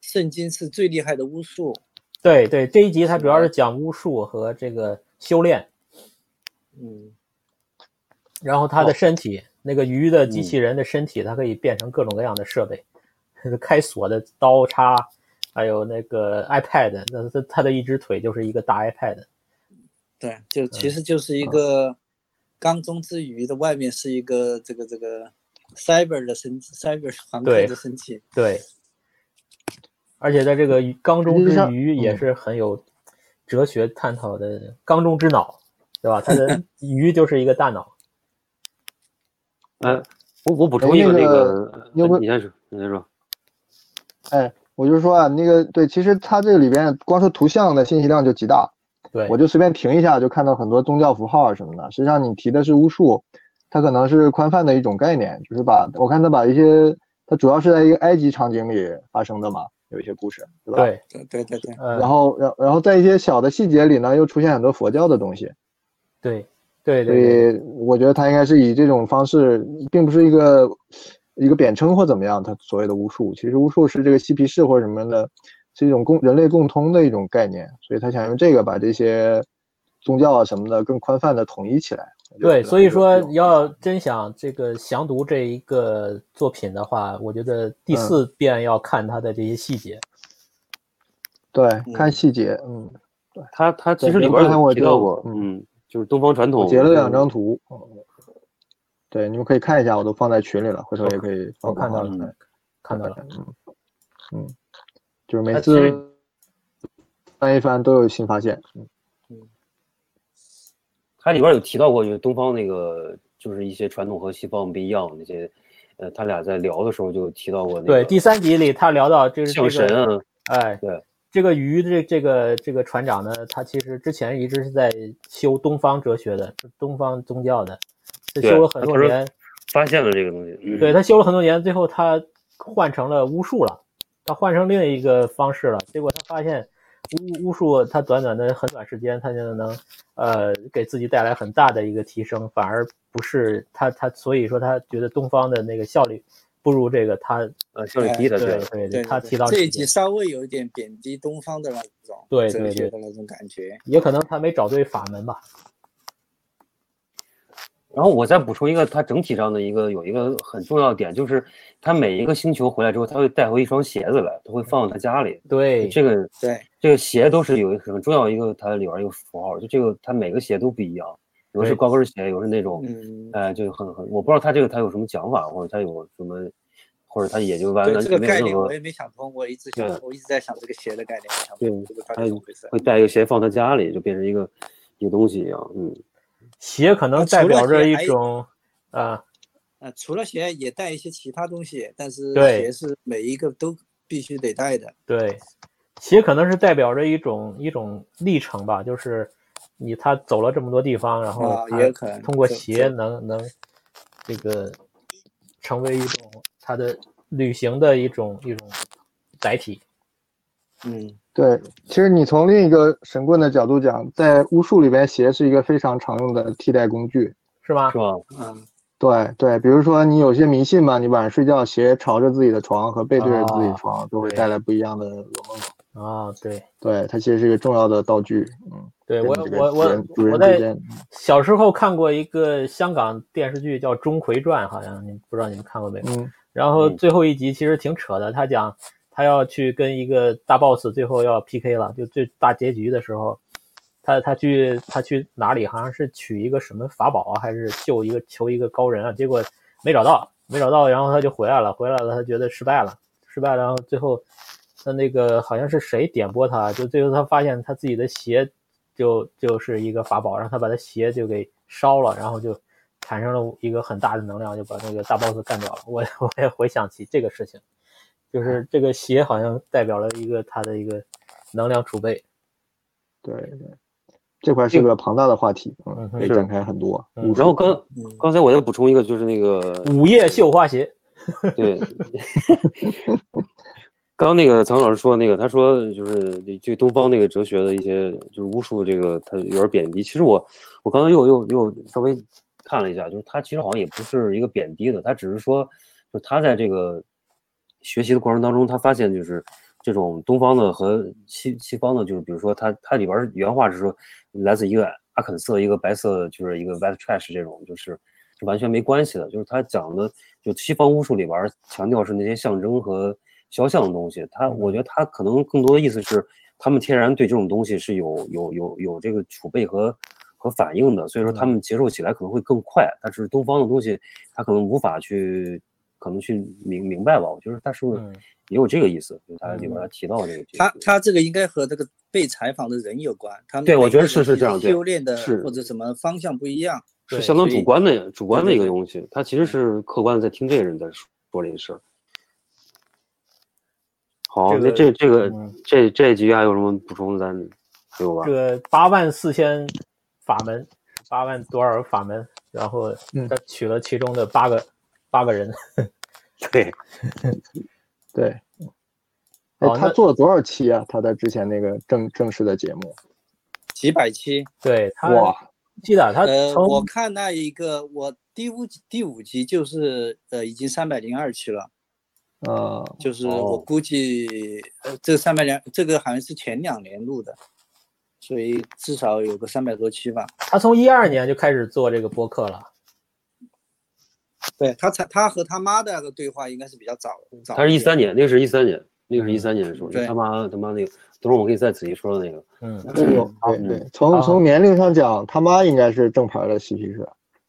圣经是最厉害的巫术，
对对，这一集它主要是讲巫术和这个修炼，
嗯，
然后它
哦
的身体，那个鱼的机
嗯
器人的身体，它可以变成各种各样的设备， 开锁的刀叉，还有那个 iPad，那它它的一只腿就是一个大 iPad，
对，就
嗯
其实就是一个缸中之鱼的外面是一个这个这个 cyber 的 身 cyber 航空
对
的身体，
对，而且在这个鱼缸中
实际
之
上
鱼也是很有哲学探讨的，缸中之脑，对吧？它 的鱼就是一个大脑，
哎，我我补充一
哎
个
那
那
个
个，
要不
你先说，你先说，
哎，我就说啊，那个对，其实它这里边光说图像的信息量就极大，
对
我就随便停一下就看到很多宗教符号啊什么的。实际上你提的是巫术，它可能是宽泛的一种概念，就是把我看它把一些，它主要是在一个埃及场景里发生的嘛，有一些故事，对吧？
对，
对对对对，
呃，
然后，然然后在一些小的细节里呢，又出现很多佛教的东西，
对对
所
对对
以我觉得它应该是以这种方式，并不是一个一个贬称或怎么样，它所谓的巫术，其实巫术是这个嬉皮士或者什么的，是一种共人类共通的一种概念，所以他想用这个把这些宗教啊什么的更宽泛的统一起来。
对，所以说
你
要真想这个详读这一个作品的话，我觉得
嗯
第四遍要看它的这些细节。
对看细节，嗯，
它它其实
对
里边
刚才我
有提到
就
过，
嗯
嗯，就是东方传
我
统，
截了两张，图，嗯对，你们可以看一下，我都放在群里了，回头也可以
我
放
看到了
嗯
看到 了，
嗯，嗯，就是
那
每
哎其实
次翻一翻都有新发现。嗯
它里边有提到过，就是东方那个就是一些传统和西方不一样的那些，呃，他俩在聊的时候就有提到过那
对，
个
第三集里他聊到就是
象
这
神
个，
啊，
哎，
对，
这个鱼的这这个这个船长呢，他其实之前一直是在修东方哲学的，东方宗教的，是
对
修了很多
他说
年，
发现了这个东西，嗯
对他修了很多年，最后他换成了巫术了，他换成另一个方式了。结果他发现巫巫术，他短短的很短时间，他就能呃给自己带来很大的一个提升，反而不是他他所以说他觉得东方的那个效率不如这个他
呃，效率低的，
对
对，
对
对，
他
对
提到
这
这
一集
点
稍微有一点贬低东方的那种
对
哲
对
学
对
的那种感觉，
也可能他没找对法门吧。
然后我再补充一个，它整体上的一个有一个很重要的点，就是它每一个星球回来之后，它会带回一双鞋子来，它会放在他家里。
对，
这个
对，
这个鞋都是有一个很重要一个它里边一个符号，就这个它每个鞋都不一样，有的是
对
高跟鞋，有的是那种，
嗯，
呃
哎，就是很很，我不知道它这个它有什么讲法，或者它有什么，或者它也就完
对
完
这
全
个
没有
概
任
念
何
我也没想通，我一直想
对，
嗯
我一直在想这个鞋的概念，想不
对
通这个到底怎么回事？
会带一个鞋放他家里，就变成一个一个东西一样，嗯。
鞋可能
啊
代
除了
表着
鞋
一
还有
种啊，
啊，除了鞋也带一些其他东西，但是
对
鞋是每一个都必须得带的。
对，鞋可能是代表着一种一种历程吧，就是你他走了这么多地方，然后
啊
他
也可能
通过
这
鞋能能这个成为一种他的旅行的一种一种载体。
嗯，
对，其实你从另一个神棍的角度讲，在巫术里边，鞋是一个非常常用的替代工具。
是吧
是？吧？
啊，
对对，比如说你有些迷信嘛，你晚上睡觉鞋朝着自己的床和背对着自己
啊
床，都会
对
带来不一样的噩梦。
啊，对，
对，它其实是一个重要的道具。嗯，
对我
跟这个
我
主
我
人主人
我
之
在
间，
小时候看过一个香港电视剧叫《钟馗传》，好像你不知道你们看过没有？
嗯，
然后
嗯
最后一集其实挺扯的，他讲他要去跟一个大 boss 最后要 PK 了，就最大结局的时候，他他去他去哪里？好像是取一个什么法宝啊，还是救一个求一个高人啊？结果没找到，没找到，然后他就回来了，回来了，他觉得失败了，失败了，然后最后他那个好像是谁点拨他，就最后他发现他自己的鞋就就是一个法宝，然后他把他鞋就给烧了，然后就产生了一个很大的能量，就把那个大 boss 干掉了。我我也 回想起这个事情，就是这个鞋好像代表了一个他的一个能量储备。
对对，这块是个庞大的话题，
嗯
嗯，
哼
可以
是
展开很多。
嗯
然后刚
嗯，
刚才我再补充一个，就是那个
午夜绣花鞋，
对，刚刚那个曹老师说那个，他说就是对东方那个哲学的一些就是巫术这个，他有点贬低。其实我我刚才又又又稍微看了一下，就是他其实好像也不是一个贬低的，他只是说就他在这个学习的过程当中，他发现就是这种东方的和西西方的，就是比如说它它里边儿原话是说来自一个阿肯色，一个白色，就是一个 white trash 这种，就是是完全没关系的。就是他讲的，就西方巫术里边儿强调是那些象征和肖像的东西，他我觉得他可能更多的意思是他们天然对这种东西是有有有有这个储备和。和反应的，所以说他们接受起来可能会更快，但是东方的东西，他可能无法去，可能去明明白吧。我觉得他是不是
嗯，
也有这个意思，就是他里边儿提到这个。
他他这个应该和这个被采访的人有关，他们
对
每
我觉得
个
是
人
是这样对
修炼的
是
或者什么方向不一样。
是
对
相当
所以
主观的主观的
对
一个
对
东西，他其实是客观的在听这个人在说说这个事儿。好，
这
那
个
这这个
嗯
这这一集还有什么补充的？咱还有吧
这？个八万四千法门，八万多少法门，然后
嗯
他取了其中的八个八个人，
对，
对，哎
好，
他
那
做了多少期啊？他在之前那个正正式的节目，
几百期，
对他
哇，
记得他
呃，
从
我看那一个，我第五集第五集就是呃，已经三百零二期了，
呃，
就是
哦
我估计、呃，这三百两这个好像是前两年录的，所以至少有个三百多期吧。
他从一二年就开始做这个播客了，
对他才他和他妈的那个对话应该是比较早，早
他是一
些
三年，那个是一三年，那个是一三年的时候，
嗯对
他妈他妈那个，等会儿我可以再仔细说那个。
嗯，
对对
嗯
对，从
啊
从年龄上讲，他妈应该是正牌的嬉皮士。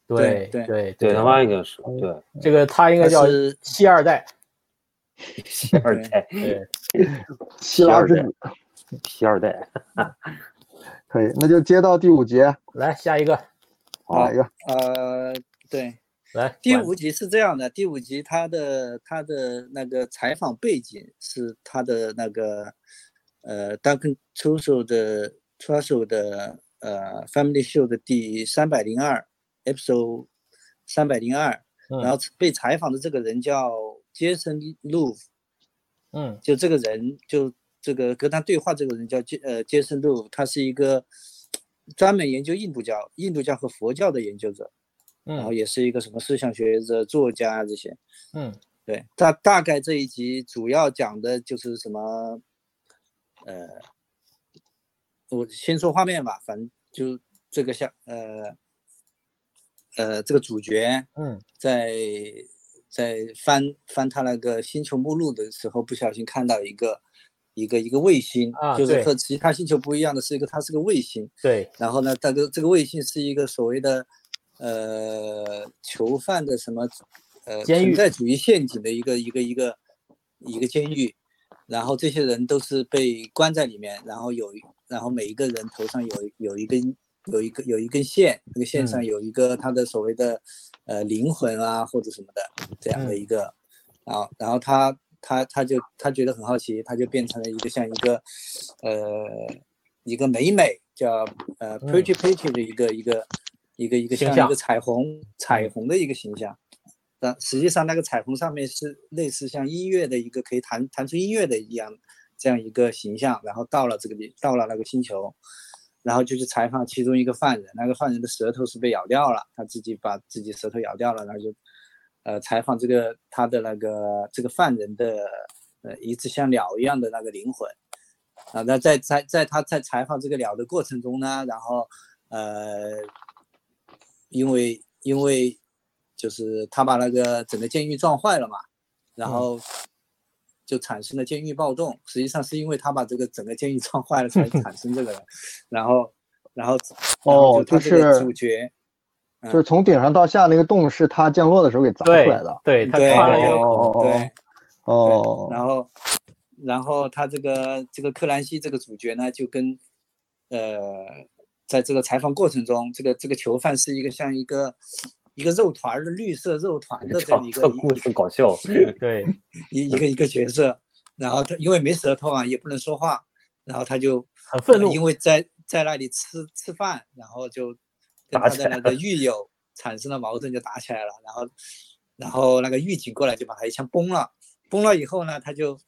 对
对嗯
对
对他妈应该是对
这个他应该叫
他是
西二代，
二代
对，
希拉
希
之
尔
子，
皮二代，
可以，那就接到第五节，
来下一个，
好
来一个，
呃，对，
来
第
管
五集是这样的，第五集他的他的那个采访背景是他的那个呃 Duncan Trussell 的 Trussell 的呃 Family Show 的第三百零二 episode 三百零二，
嗯
然后被采访的这个人叫 Jason Love，
嗯
就这个人，就这个跟他对话这个人叫杰呃杰森路，他是一个专门研究印度教、印度教和佛教的研究者，然后
嗯
也是一个什么思想学者、作家啊这些。
嗯
对，大大概这一集主要讲的就是什么，呃，我先说画面吧，反正就这个像呃呃这个主角
嗯
在在翻翻他那个星球目录的时候，不小心看到一个一个一个卫星，
啊
就是
对
和其他星球不一样的是一个，它是个卫星。
对
然后呢，这个这个卫星是一个所谓的呃囚犯的什么呃
监狱
存在主义陷阱的一个一个一个一个监狱，然后这些人都是被关在里面，然后有然后每一个人头上有有一根有一个有一根线，那个线上
嗯
有一个他的所谓的呃灵魂啊或者什么的这
嗯
样的一个，啊，然后他他他就他觉得很好奇，他就变成了一个像一个呃一个美美叫呃 pretty pretty 的一个、一个一个一个
形
像
象嗯
一个彩虹彩虹的一个形象。但实际上那个彩虹上面是类似像音乐的一个可以弹弹出音乐的一样这样一个形象，然后到了这个地到了那个星球，然后就去采访其中一个犯人，那个犯人的舌头是被咬掉了，他自己把自己舌头咬掉了，然后就呃采访这个他的那个这个犯人的呃一只像鸟一样的那个灵魂。啊，那在在在他在采访这个鸟的过程中呢，然后呃，因为因为就是他把那个整个监狱撞坏了嘛，
嗯
然后就产生了监狱暴动。实际上是因为他把这个整个监狱撞 坏了才产生这个的，然后然后然后
哦
就他
就
这个
是
主角
就是从顶上到下那个洞是他降落的时候给砸出
对
来的。
对，他
对
穿了一个
哦
对。
哦，
然后，然后他这个这个克兰西这个主角呢，就跟呃，在这个采访过程中，这个这个囚犯是一个像一个一个肉团儿的绿色肉团的这
这
么一个
这故事搞笑，
对
一一个一个角色。然后他因为没舌头啊，也不能说话，然后他就呃
很愤怒
因为在在那里吃吃饭，然后就跟
打
他
起
的
来
那个狱友产生了矛盾，就打起来了。然后，然后那个狱警过来就把他一枪崩了，崩了以后呢，他就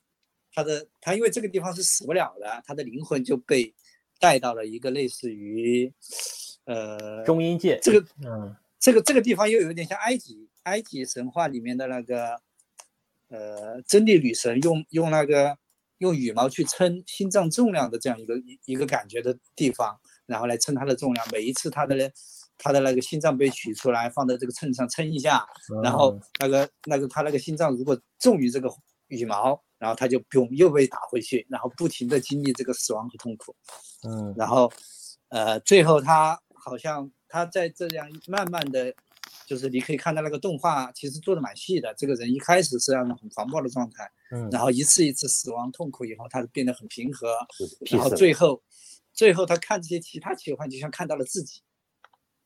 他的他因为这个地方是死不了的，他的灵魂就被带到了一个类似于呃
中音界，
这个
嗯
这个这个地方又有点像埃及埃及神话里面的那个，呃，真理女神用用那个用羽毛去称心脏重量的这样一个一一个感觉的地方，然后来称它的重量。每一次它的它的那个心脏被取出来放在这个秤上称一下，然后
嗯
那个那个它那个心脏如果重于这个羽毛，然后它就砰又被打回去，然后不停的经历这个死亡和痛苦。
嗯
然后，呃，最后他好像他在这样慢慢的，就是你可以看到那个动画其实做的蛮细的。这个人一开始是那种很狂暴的状态，
嗯
然后一次一次死亡痛苦以后，他变得很平和，
屁
然后
事
最后，最后他看这些其他囚犯，就像看到了自己，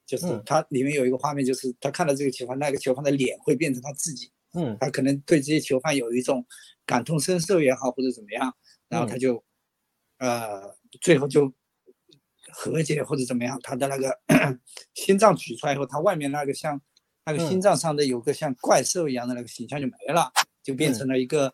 就是
嗯
他里面有一个画面，就是他看到这个囚犯，那个囚犯的脸会变成他自己，
嗯
啊他可能对这些囚犯有一种感同身受也好，或者怎么样，
嗯
然后他就，呃，最后就和解或者怎么样，他的那个 心脏取出来以后，他外面那个像那个
嗯
心脏上的有个像怪兽一样的那个形象就没了，就
嗯
变成了一个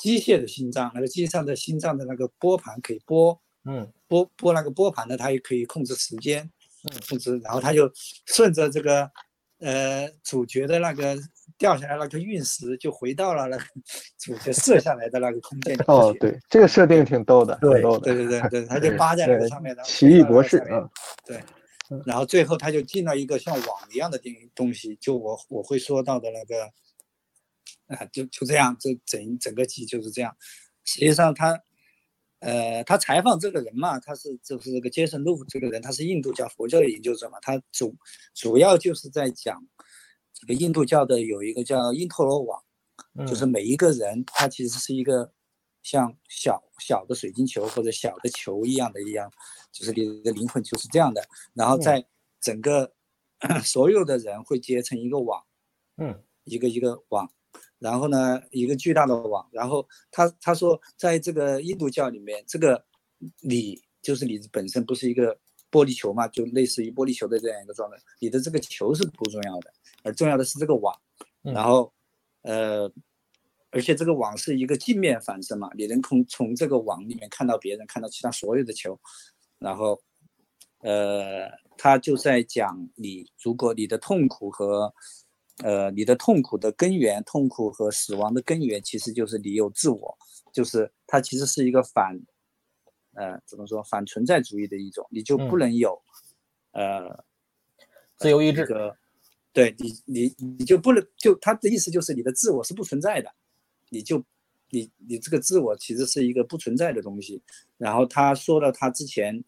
机械的心脏，那个机械上的心脏的那个拨盘可以拨。
嗯
拨拨那个拨盘呢，它也可以控制时间
嗯，
控制，然后它就顺着这个呃主角的那个掉下来那颗陨石，就回到了那个主角射下来的那个空间里面去。
哦，对，这个设定挺逗的，挺
对
逗
对
的。
对对对，他就扒在那个
对
上面，然后
奇异
回到那
博
个
士
上面
啊，
然后最后他就进了一个像网一样的东东西，就我我会说到的那个，啊、就就这样，就整整个集就是这样。实际上他，呃，他采访这个人嘛，他是就是这个杰森·路这个人，他是印度教佛教的研究者嘛，他主主要就是在讲这个印度教的有一个叫因陀罗网，
嗯
就是每一个人他其实是一个像小小的水晶球或者小的球一样的一样，就是你的灵魂就是这样的，然后
嗯
在整个 所有的人会结成一个网，
嗯
一个一个网，然后呢，一个巨大的网，然后他他说，在这个印度教里面，这个你就是你本身不是一个玻璃球嘛，就类似于玻璃球的这样一个状态，你的这个球是不重要的，而呃重要的是这个网，
嗯
然后呃，而且这个网是一个镜面反射嘛，你能从从这个网里面看到别人，看到其他所有的球，然后呃，他就在讲你如果你的痛苦和呃你的痛苦的根源，痛苦和死亡的根源其实就是你有自我，就是它其实是一个反呃怎么说反存在主义的一种，你就
嗯
不能有、呃
自由意
这
志，
个对你，你你就不能就他的意思就是你的自我是不存在的，你就你你这个自我其实是一个不存在的东西。然后他说了，他之前，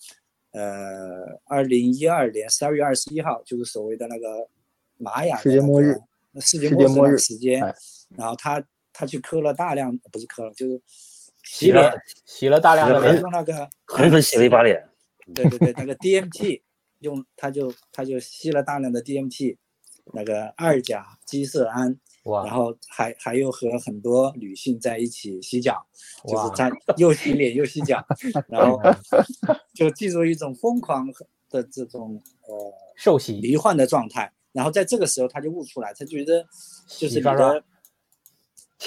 呃，二零一二年十二月二十一号，就是所谓的那个玛雅的
世界
那
末
个
日，
世界
世
末
界末
日那个
日
时间
哎，
然后他他去磕了大量，不是磕了，就是洗
洗了
脸，
洗了大量
洗
的
了
脸
很，
用那个
狠狠洗了一把脸。
对对对，那个 DMT 用他就他就吸了大量的 DMT，那个二甲基色胺，然
哇
后还还又和很多女性在一起洗脚，就是
哇，
在又洗脸又洗脚，然后就进入一种疯狂的这种呃
受洗，
迷幻的状态。然后在这个时候，他就悟出来，他觉得就是
洗
你
刷刷
的、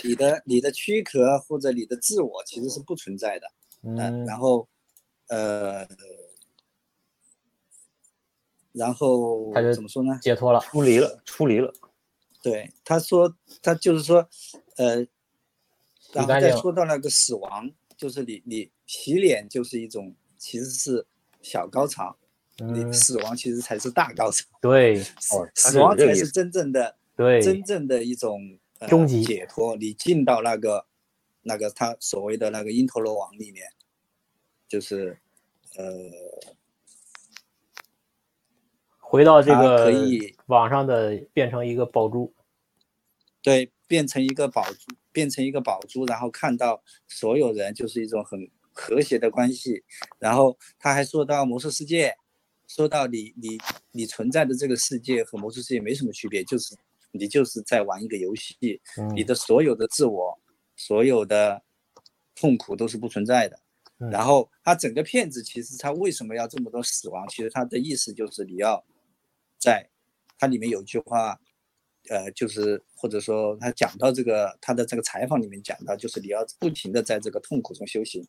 你的、你的躯壳或者你的自我其实是不存在的。嗯，
嗯
然后，呃，然后
他就
怎么说呢？
解脱了，
出离了，出离了。
对，他说，他就是说，呃，然后
干
再
净
说到那个死亡，就是你你洗脸就是一种其实是小高潮，
嗯
你，死亡其实才是大高潮，
对
死
哦他是
死亡
这个
才
意
是
思
真正的真
对，
正的一种、呃、
终极
解脱，你进到那个那个他所谓的那个因陀罗网里面，就是呃。
回到这
它
个
可以
网上的变成一个宝珠，
对，变成一个宝珠，变成一个宝珠，然后看到所有人就是一种很和谐的关系。然后他还说到魔兽世界，说到你你你存在的这个世界和魔兽世界没什么区别，就是你就是在玩一个游戏，
嗯
你的所有的自我，所有的痛苦都是不存在的
嗯。
然后他整个片子其实他为什么要这么多死亡？其实他的意思就是你要在它里面有句话，呃，就是或者说他讲到这个他的这个采访里面讲到，就是你要不停的在这个痛苦中修行，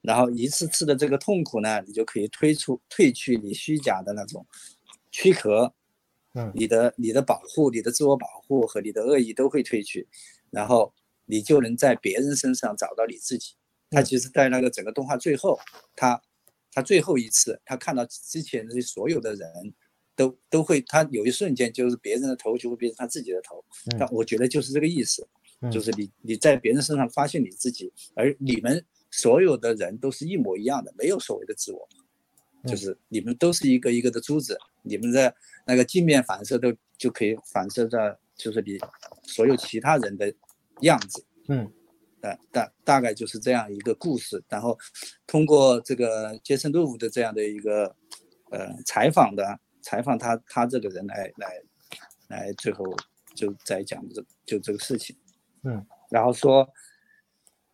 然后一次次的这个痛苦呢，你就可以推出褪去你虚假的那种躯壳，
嗯
你的你的保护、你的自我保护和你的恶意都会褪去，然后你就能在别人身上找到你自己。他其实，在那个整个动画最后，他他最后一次，他看到之前的所有的人都都会，他有一瞬间就是别人的头就会变成他自己的头。
嗯
但我觉得就是这个意思，
嗯
就是你你在别人身上发现你自己，而你们所有的人都是一模一样的，没有所谓的自我，就
嗯
是你们都是一个一个的珠子，你们的那个镜面反射都就可以反射到就是你所有其他人的样子。
嗯
大大大概就是这样一个故事。然后通过这个杰森·杜夫的这样的一个呃采访的采访他他这个人来来来，最后就在讲这就这个事情。
嗯，
然后说，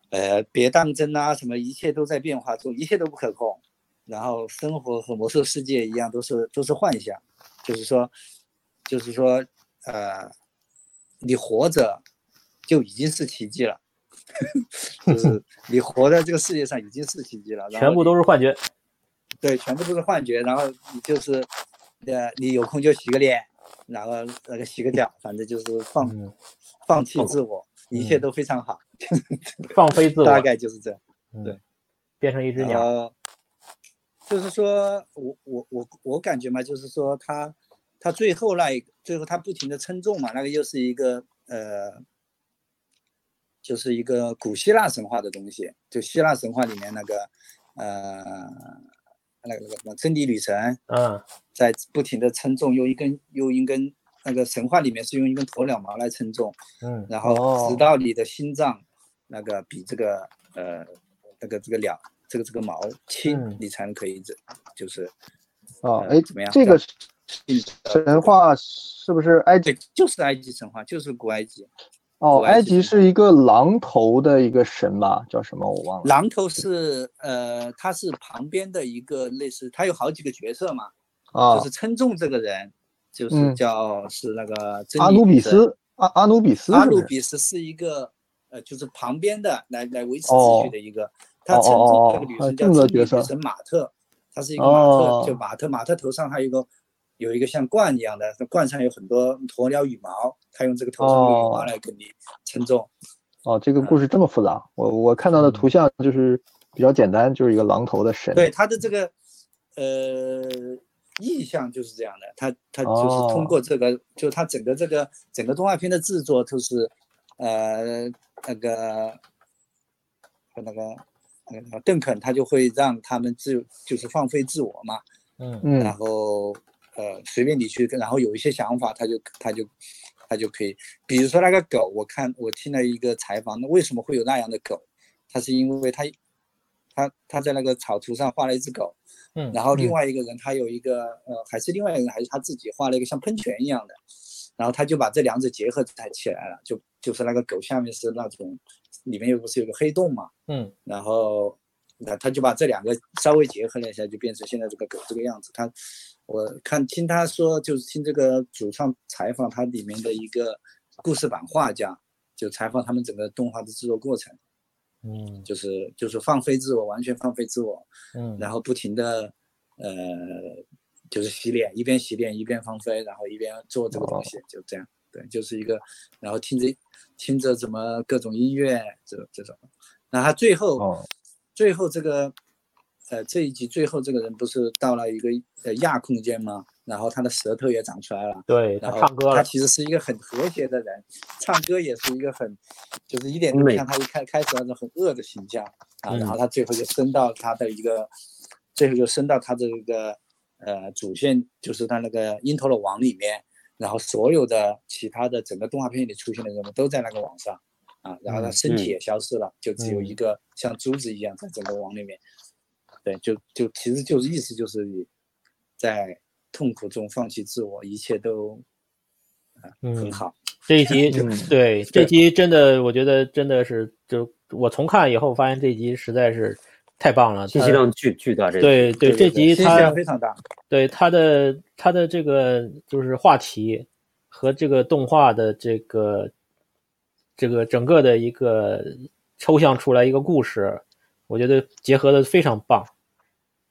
呃，别当真啊，什么一切都在变化中，一切都不可控。然后生活和魔兽世界一样，都是都是幻想，就是说，就是说，呃，你活着就已经是奇迹了。 就是你活在这个世界上已经是奇迹了，然后
全部都是幻觉，
对，全部都是幻觉。然后你就是，呃，你有空就洗个脸，然后那个洗个脚，反正就是放、
嗯，
放弃自我，一切
嗯
都非常好，
放飞自我，
大概就是这样。对
嗯，变成一只
然
鸟，
后就是说我我我我感觉嘛，就是说他他最后那一个，最后他不停的称重嘛，那个又是一个呃，就是一个古希腊神话的东西，就希腊神话里面那个呃那个那个什么真理女神
嗯
在不停的称重，用一根用一根那个神话里面是用一根鸵鸟毛来称重，
嗯
然后
哦
直到你的心脏那个比这个呃那个这个两这个这个毛轻，
嗯
你才能可以这就是
啊，
呃
哎
怎么样，
这个
进
神话是不是埃及？
对，就是埃及神话，就是古埃及
哦，
古埃
埃
及
及
神
是一个狼头的一个神吧？叫什么？我忘了。
狼头是呃，他是旁边的一个类似，他有好几个角色嘛，
啊
就，是称重这个人，就是
嗯
叫、是那个珍
阿
妮
努比
女神
斯，阿阿努比斯
阿
是不
努
是？
比斯是一个呃，就是旁边的来来维持
哦
秩序的一个，他
哦
称
哦
之
哦
那个女
还
生
这
叫
么
称
个
之
角色
女神马特，她是一个马特，
哦
就马特，马特头上还有一个有一个像冠一样的，冠上有很多鸵鸟羽毛，他用这个头上的羽毛
哦
来给你称重。
哦，这个故事这么复杂。我我看到的
嗯
图像就是比较简单，就是一个狼头的神。
对他的这个呃意象就是这样的，他他就是通过这个，就他整个这个整个动画片的制作都是，呃，那个那个那个邓肯他就会让他们自就是放飞自我嘛，
嗯
嗯
然后呃随便你去，然后有一些想法他就他就他就可以，比如说那个狗，我看我听了一个采访，那为什么会有那样的狗？它是因为它它它在那个草图上画了一只狗，
嗯
然后另外一个人他有一个呃还是另外一个人还是他自己画了一个像喷泉一样的，然后他就把这两者结合在起来了，就就是那个狗下面是那种里面又不是有个黑洞嘛，
嗯
然后那他就把这两个稍微结合了一下，就变成现在这个狗这个样子。他我看听他说，就是听这个主创采访他里面的一个故事版画家，就采访他们整个动画的制作过程，
嗯
就是就是放飞自我，完全放飞自我，
嗯，
然后不停的呃就是洗脸，一边洗脸一边放飞，然后一边做这个东西，就这样。对，就是一个，然后听着听着怎么各种音乐这这种，那他最后、
哦
最后这个，呃，这一集最后这个人不是到了一个呃亚空间吗？然后他的舌头也长出来了，
对他
然后
唱歌
他
了，
其实是一个很和谐的人，唱歌也是一个很，就是一点都不
美
像他一开开始那种很恶的形象啊。
嗯
然后他最后就升到他的一个，最后就升到他的一个呃主线，就是他那个鹰头的网里面。然后所有的其他的整个动画片里出现的人物都在那个网上啊，然后他
嗯
身体
嗯
也消失了，就只有
嗯
一个像珠子一样在整个网里面。对，就就其实就是意思就是你在痛苦中放弃自我，一切都很
嗯，
好。
这一集
嗯
对这集真的，我觉得真的是，就我重看以后发现这集实在是太棒了，
哎
信息
它
量巨巨大，这个
对对，这集
信息
它
量非常大。
对它的它的这个就是话题和这个动画的这个这个整个的一个抽象出来一个故事，我觉得结合的非常棒，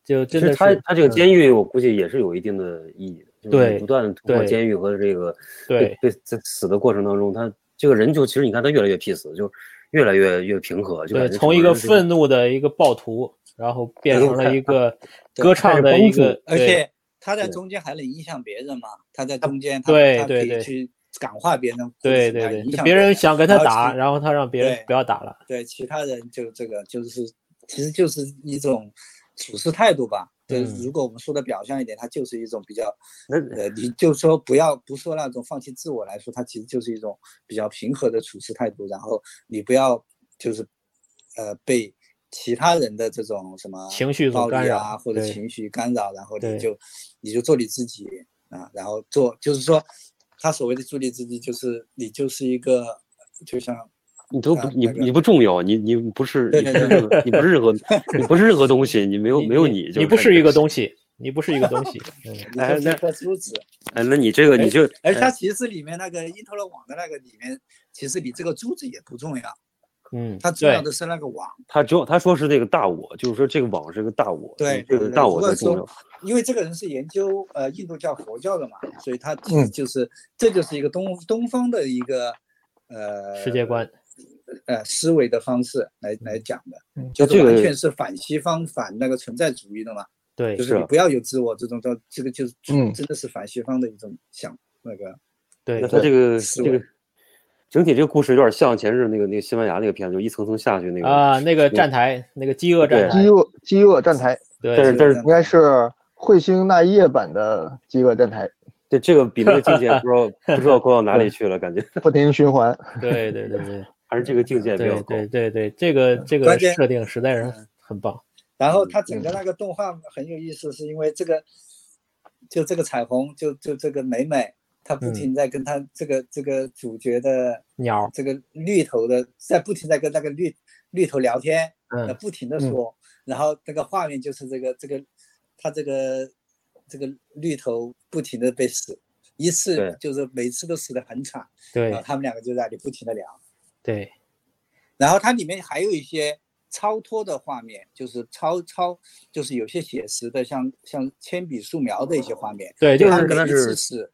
就
其
真的
实
是嗯
他他这个监狱，我估计也是有一定的意义的，就是
对
你不断地通过
对
监狱和这个
对
对在死的过程当中，他这个人就其实你看他越来越 peace，就越来越越平和，就
对
感觉
从
整
一个
人是
愤怒的一个暴徒，然后变成了一个歌唱的一个，
而
对啊
且他在
对
中间还能影响别人嘛？他在中间，他
对
他可
对
以
对
去感化别人，
对
或者是他
对
影
对，
响
别人想跟他打，
然后
然后他让别人
对
不要打了，
其对其他人就这个就是，其实就是一种处事态度吧。对，
嗯
如果我们说的表象一点，它就是一种比较，
那
呃，你就说不要不说那种放弃自我来说，它其实就是一种比较平和的处事态度。然后你不要就是，呃，被其他人的这种什么
情绪所
暴
干
力
扰
啊或者
对
情绪干扰，然后
对
你就你就做你自己啊，然后做就是说，他所谓的做你自己，就是你就是一个，就像
你都不
啊
你
那个
你不重要，你你不是
对
你不
对
是任何你不是 任何你不是任何东西，你没有没有你，就
你不是一个
西。
东西，你不是一个东西，嗯
你
哎
就是
那
一个珠子。
哎，那你这个你就
而它其实里面那个因特勒网的那个里面，其实你这个珠子也不重要，
嗯，
它重要
对
的是那个网。
他只有他说是那个大我，就是说这个网是个大我，
对
这
对
个
对
大
如
我
果
才重
说
要。
因为这个人是研究呃印度教、佛教的嘛，所以他其
嗯
实就是、这就是一个东东方的一个呃
世界观，
呃思维的方式来来讲的，
嗯
就
这
是
个
完全是反西方、反那个存在主义的嘛，
对
就是你
是啊
不要有自我这种，这这个就是
嗯
真的是反西方的一种想那个
对
那他这个
思
这个
维
整体这个故事有点像前日那个那个西班牙那个片子，就一层层下去那个。
啊，那个站台，那个饥饿站
对
饥
台，
饿饥饿站台
对，
但是但是
嗯
应该是彗星那一夜版的饥饿站台，
这这个比那个境界不知道不知道高到哪里去了，感觉
不停循环。
对对对对
还是这个境界比较高。
对对对对，这个这个
关键
设定实在是很棒，
然后
嗯
它整个那个动画很有意思，是因为这个，就这个彩虹，就就这个美美，她
嗯
不停在跟她这个这个主角的
鸟，
这个绿头的，在不停在跟那个绿绿头聊天，呃
嗯，
不停的说，然后那个画面就是这个这个，他这个这个绿头不停的被死，一
对
次就是每次都死的很惨，然后
对
他们两个就在那里不停的聊。
对，
然后它里面还有一些超脱的画面，就是超超，就是有些写实的，像像铅笔素描的一些画面。
对，就
它
是
跟它
每一次
是
是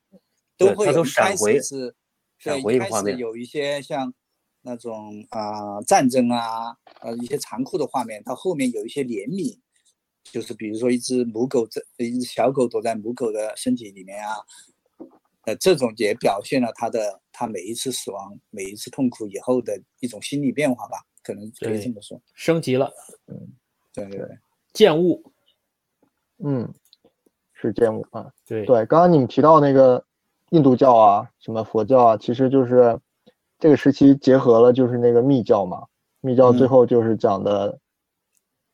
对
都会
它
有
都
一
闪
开始
回
是，
闪
对，
回
一
一个
开
画
始
面
有一些像那种啊、战争啊，呃一些残酷的画面，到后面有一些怜悯，就是比如说一只母狗在一只小狗躲在母狗的身体里面啊，呃，这种也表现了它的它每一次死亡、每一次痛苦以后的一种心理变化吧，可能可以这么说。
升级了，
对对对，
见物，
嗯，是这样啊。
对
对，刚刚你们提到那个印度教啊，什么佛教啊，其实就是这个时期结合了就是那个密教嘛，密教最
嗯
后就是讲的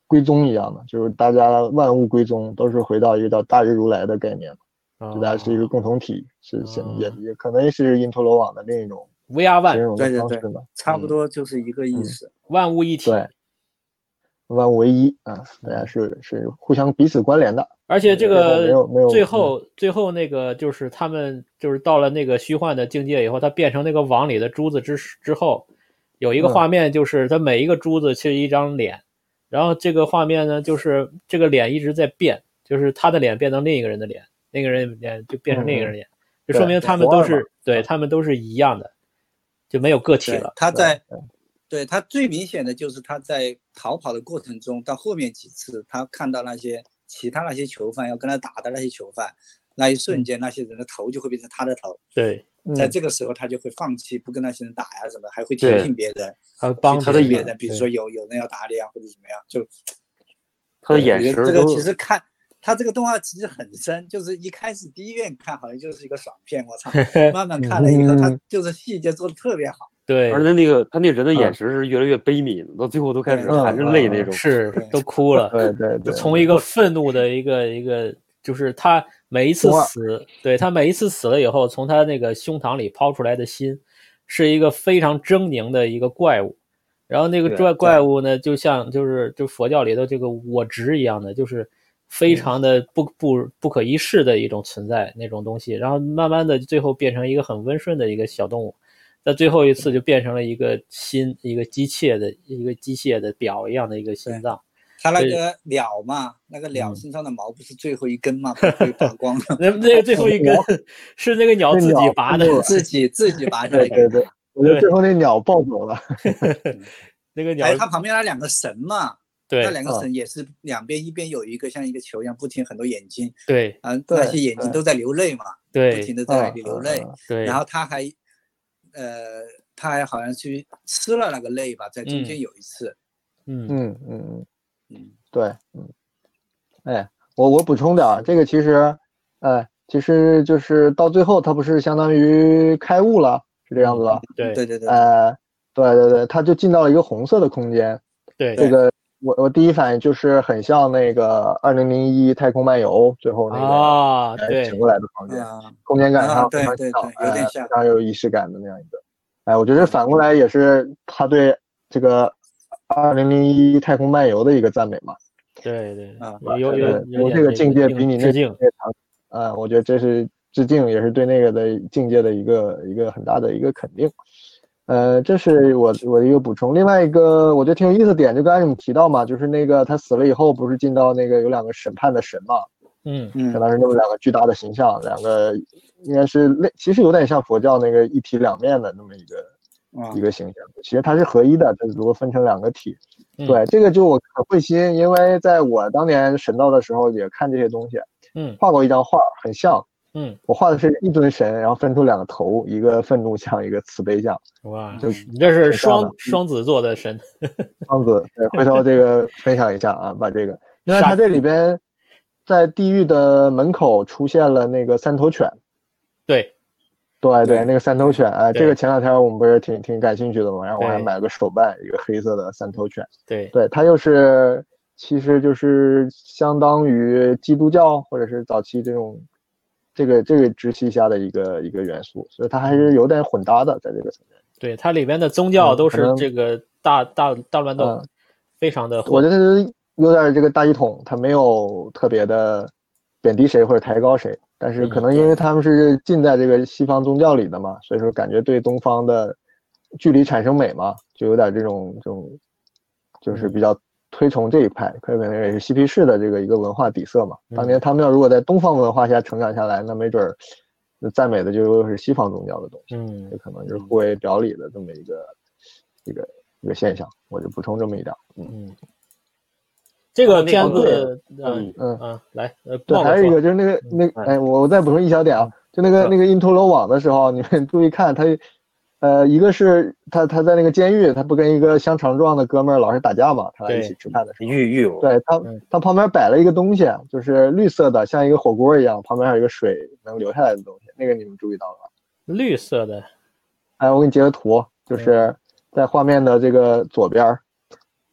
归宗一样的，就是大家万物归宗，都是回到一个叫大日如来的概念，
啊
就大家是一个共同体，是是也
哦
也可能是因陀罗网的另一种
VR
形
万
容的
对对
方
对
式吧，
差
嗯
不多就是一个意
嗯
思。
万物一体，
对，万物为一啊，大家是是互相彼此关联的，
而且这
没有没
个
有
最
嗯
后最后那个就是他们就是到了那个虚幻的境界以后，它变成那个网里的珠子之之后，有一个
嗯
画面就是它每一个珠子是一张脸，然后这个画面呢就是这个脸一直在变，就是他的脸变成另一个人的脸，那个人脸就变成另一个人的脸，就说
嗯对
明他们
佛
都
二嘛嗯
是对他们都是一样的，就没有个体
对，
了。
他
对
在，
嗯
对他最明显的就是他在逃跑的过程中，到后面几次他看到那些其他那些囚犯要跟他打的那些囚犯，那一
嗯
瞬间那些人的头就会变成他的头，
对，
嗯
在这个时候他就会放弃，不跟那些人打呀什么，还会提
对
醒别人，
还有帮
去
他
提
的
醒别
眼
人，比如
对
说有有人要打你啊或者怎么样，就
他的
我
眼
觉
神
得这
都
个其实看。他这个动画其实很深，就是一开始第一遍看好像就是一个爽片， 我操！慢慢看了以后，他
嗯
就是细节做的特别好，
对
而，且那个他那人的眼
嗯
神是越来越悲悯，到最后都开始
对
含着
嗯
泪
嗯
那
嗯
种。
是
对
都哭了。
对对
就
对，
从一个愤怒的一个一个，就是他每一次
从而
死，对他每一次死了以后，从他那个胸膛里抛出来的心，是一个非常狰狞的一个怪物。然后那个
对
怪怪物呢，就像就是就佛教里头这个我执一样的，就是
嗯
非常的不不不可一世的一种存在那种东西。然后慢慢的最后变成一个很温顺的一个小动物，在最后一次就变成了一个心一个机械的一个机械的表一样的一个心
对
脏。
他那
对
个鸟嘛，那个鸟
嗯，
身上的毛不是最后一根 嘛，被被拔光 了
那那个最后一根 是那个鸟自己拔的
那，鸟
自 己自己拔下来
对
一根
对对，我觉得最后那鸟抱走了，
那个鸟
还哎有它旁边那两个绳嘛，那
对
两个
嗯
绳也是两边一边有一个像一个球一样不停很多眼睛，
对
啊，
对
那些眼睛
对
都在流泪嘛，不
对
停的在那
嗯
里流泪，
对，
然后他还，呃，他还好像去吃了那个泪吧，在中间有一次，
嗯
嗯嗯嗯，
嗯，
对，嗯，哎，我我补充点儿，啊这个其实，哎，其实就是到最后他不是相当于开悟了，是这样
嗯
子吧？
对
对对对，
呃，对对对，他就进到了一个红色的空间，
对
这个。我我第一反应就是很像那个二零零一《太空漫游》最后那个、
啊
呃
对
醒过来的房间，
啊，
空间感
啊
上
对
非常
对
强，
对有点
哎
像
非常有仪式感的那样一个。哎，我觉得反过来也是他对这个二零零一太空漫游的一个赞美嘛。
对对
啊，
有有有
对
有
我
点
这个境界比你那
致敬，
那场，呃，我觉得这是致敬，也是对那个的境界的一个一个很大的一个肯定。呃，这是我我的一个补充。另外一个我觉得挺有意思的点，就刚才你们提到嘛，就是那个他死了以后，不是进到那个有两个审判的神嘛，
嗯
嗯
相，当是那么两个巨大的形象，两个应该是类，其实有点像佛教那个一体两面的那么一个、
啊
一个形象。其实它是合一的，它如果分成两个体，
嗯
对这个就我很会心，因为在我当年神道的时候也看这些东西，
嗯
画过一张画，很像。
嗯
我画的是一尊神，然后分出两个头，一个愤怒像，一个慈悲像。
哇，
就
你这是
挺像
双
的
双子座的神，
双子，对，回头这 个分享一下啊，把这个，因为
杀
它这里边在地狱的门口出现了那个三头犬，
对
对
对
对，那个三头犬，哎，这
对
个前两天我们不是挺挺感兴趣的嘛，然后我还
对
买了个手办，一个黑色的三头犬，
对
对，它又是其实就是相当于基督教或者是早期这种这个这个支系下的一个一个元素，所以它还是有点混搭的，在这个层面，
对，它里面的宗教
嗯
都
可
是
能
这个大大大乱斗
嗯，
非常的
我
火，
觉得它有点这个大一统，它没有特别的贬低谁或者抬高谁，但是可
嗯
能因为他们是浸在这个西方宗教里的嘛，所以说感觉对东方的距离产生美嘛，就有点这种这种，就是
嗯
比较推崇这一派，可能也是嬉皮士的这个一个文化底色嘛。
嗯
当年他们要如果在东方文化下成长下来，那没准儿赞美的就又是西方宗教的东西。
嗯
这可能就是互为表里的这么一个一个一个现象，我就补充这么一点儿。嗯，
嗯，这
那
个
个
片子，
嗯
嗯
嗯，
嗯，来，呃，
对，
忘了
还有一
说
个就是那个那个
嗯
哎，我我再补充一小点啊，就那个
嗯
那个印陀罗网的时候，你们注意看他，呃，一个是他他在那个监狱，他不跟一个香肠状的哥们儿老是打架嘛，他俩一起吃饭的时候，
狱狱友，
对他
嗯
他旁边摆了一个东西，啊就是绿色的，像一个火锅一样，旁边还有一个水能流下来的东西，那个你们注意到了吧？
绿色的，
哎，我给你截个图，
嗯
就是在画面的这个左边儿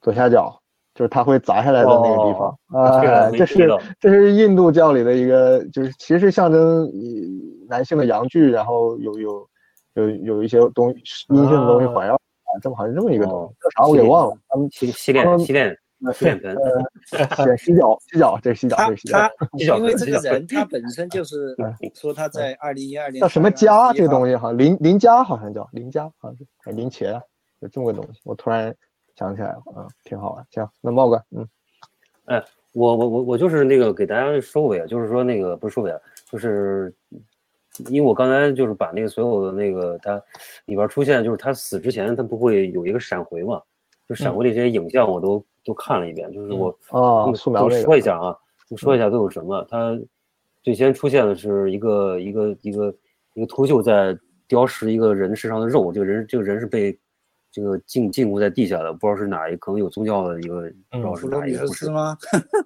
左下角，就是它会砸下来的那个地方
哦。这个
哎
没
这
注意
是
到
这是印度教里的一个，就是其实象征以男性的阳具，然后有有有有一些东阴性的东西
啊
环绕啊，这么好像是这么一个东
哦
西，叫啥我给
是
忘了。咱们
洗洗脸
嗯
洗脸洗脸盆，
对洗脚洗脚，这是洗脚，
他
这是洗脚
嗯他。
洗脚
因为
盆
这
洗
个
脚盆
人他本身 就是说他在二零一二
嗯
年
叫什么家啊这个东
西，
西好像林林家好像叫林家，好像是还是林茄啊，有这么个东西，我突然想起来了，嗯，挺好玩。行，那茂哥，嗯。
我我我我就是那个给大家收尾啊，就是说那个不是收尾啊，就是因为我刚才就是把那个所有的那个他里边出现，就是他死之前他不会有一个闪回嘛，就闪回这些影像我都、都看了一遍，就是我
哦
嗯，
素描
就
这
说
个嗯
一下啊，就说一下都有什么。他最先出现的是一个一个一个一个秃鹫在叼食一个人身上的肉，这个人这个人是被这个禁禁锢在地下的，不知道是哪一可能有宗教的一个，不知道是
普罗
哪一
米
个
修
故事
斯，吗？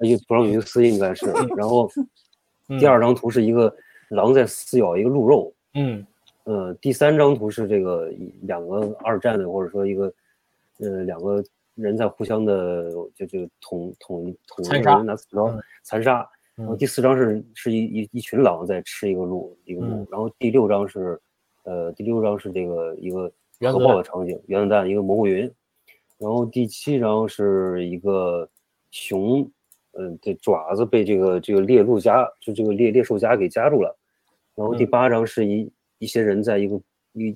一个普罗米修斯应该是。然后
嗯
第二张图是一个狼在撕咬一个鹿肉，
嗯
呃，第三张图是这个一两个二战的，或者说一个，呃，两个人在互相的就这个捅捅捅一个
残杀
人拿刺刀
嗯
残杀，然后
嗯
第四张是是一一一群狼在吃一个鹿一个鹿
嗯，
然后第六张是，呃，第六张是这个一个
原
核
子
爆
弹
的场景，原子弹一个蘑菇云，然后第七张是一个熊，嗯、这爪子被这个这个猎鹿夹，就这个猎猎兽夹给夹住了。然后第
嗯
八张是一、一些人在一个一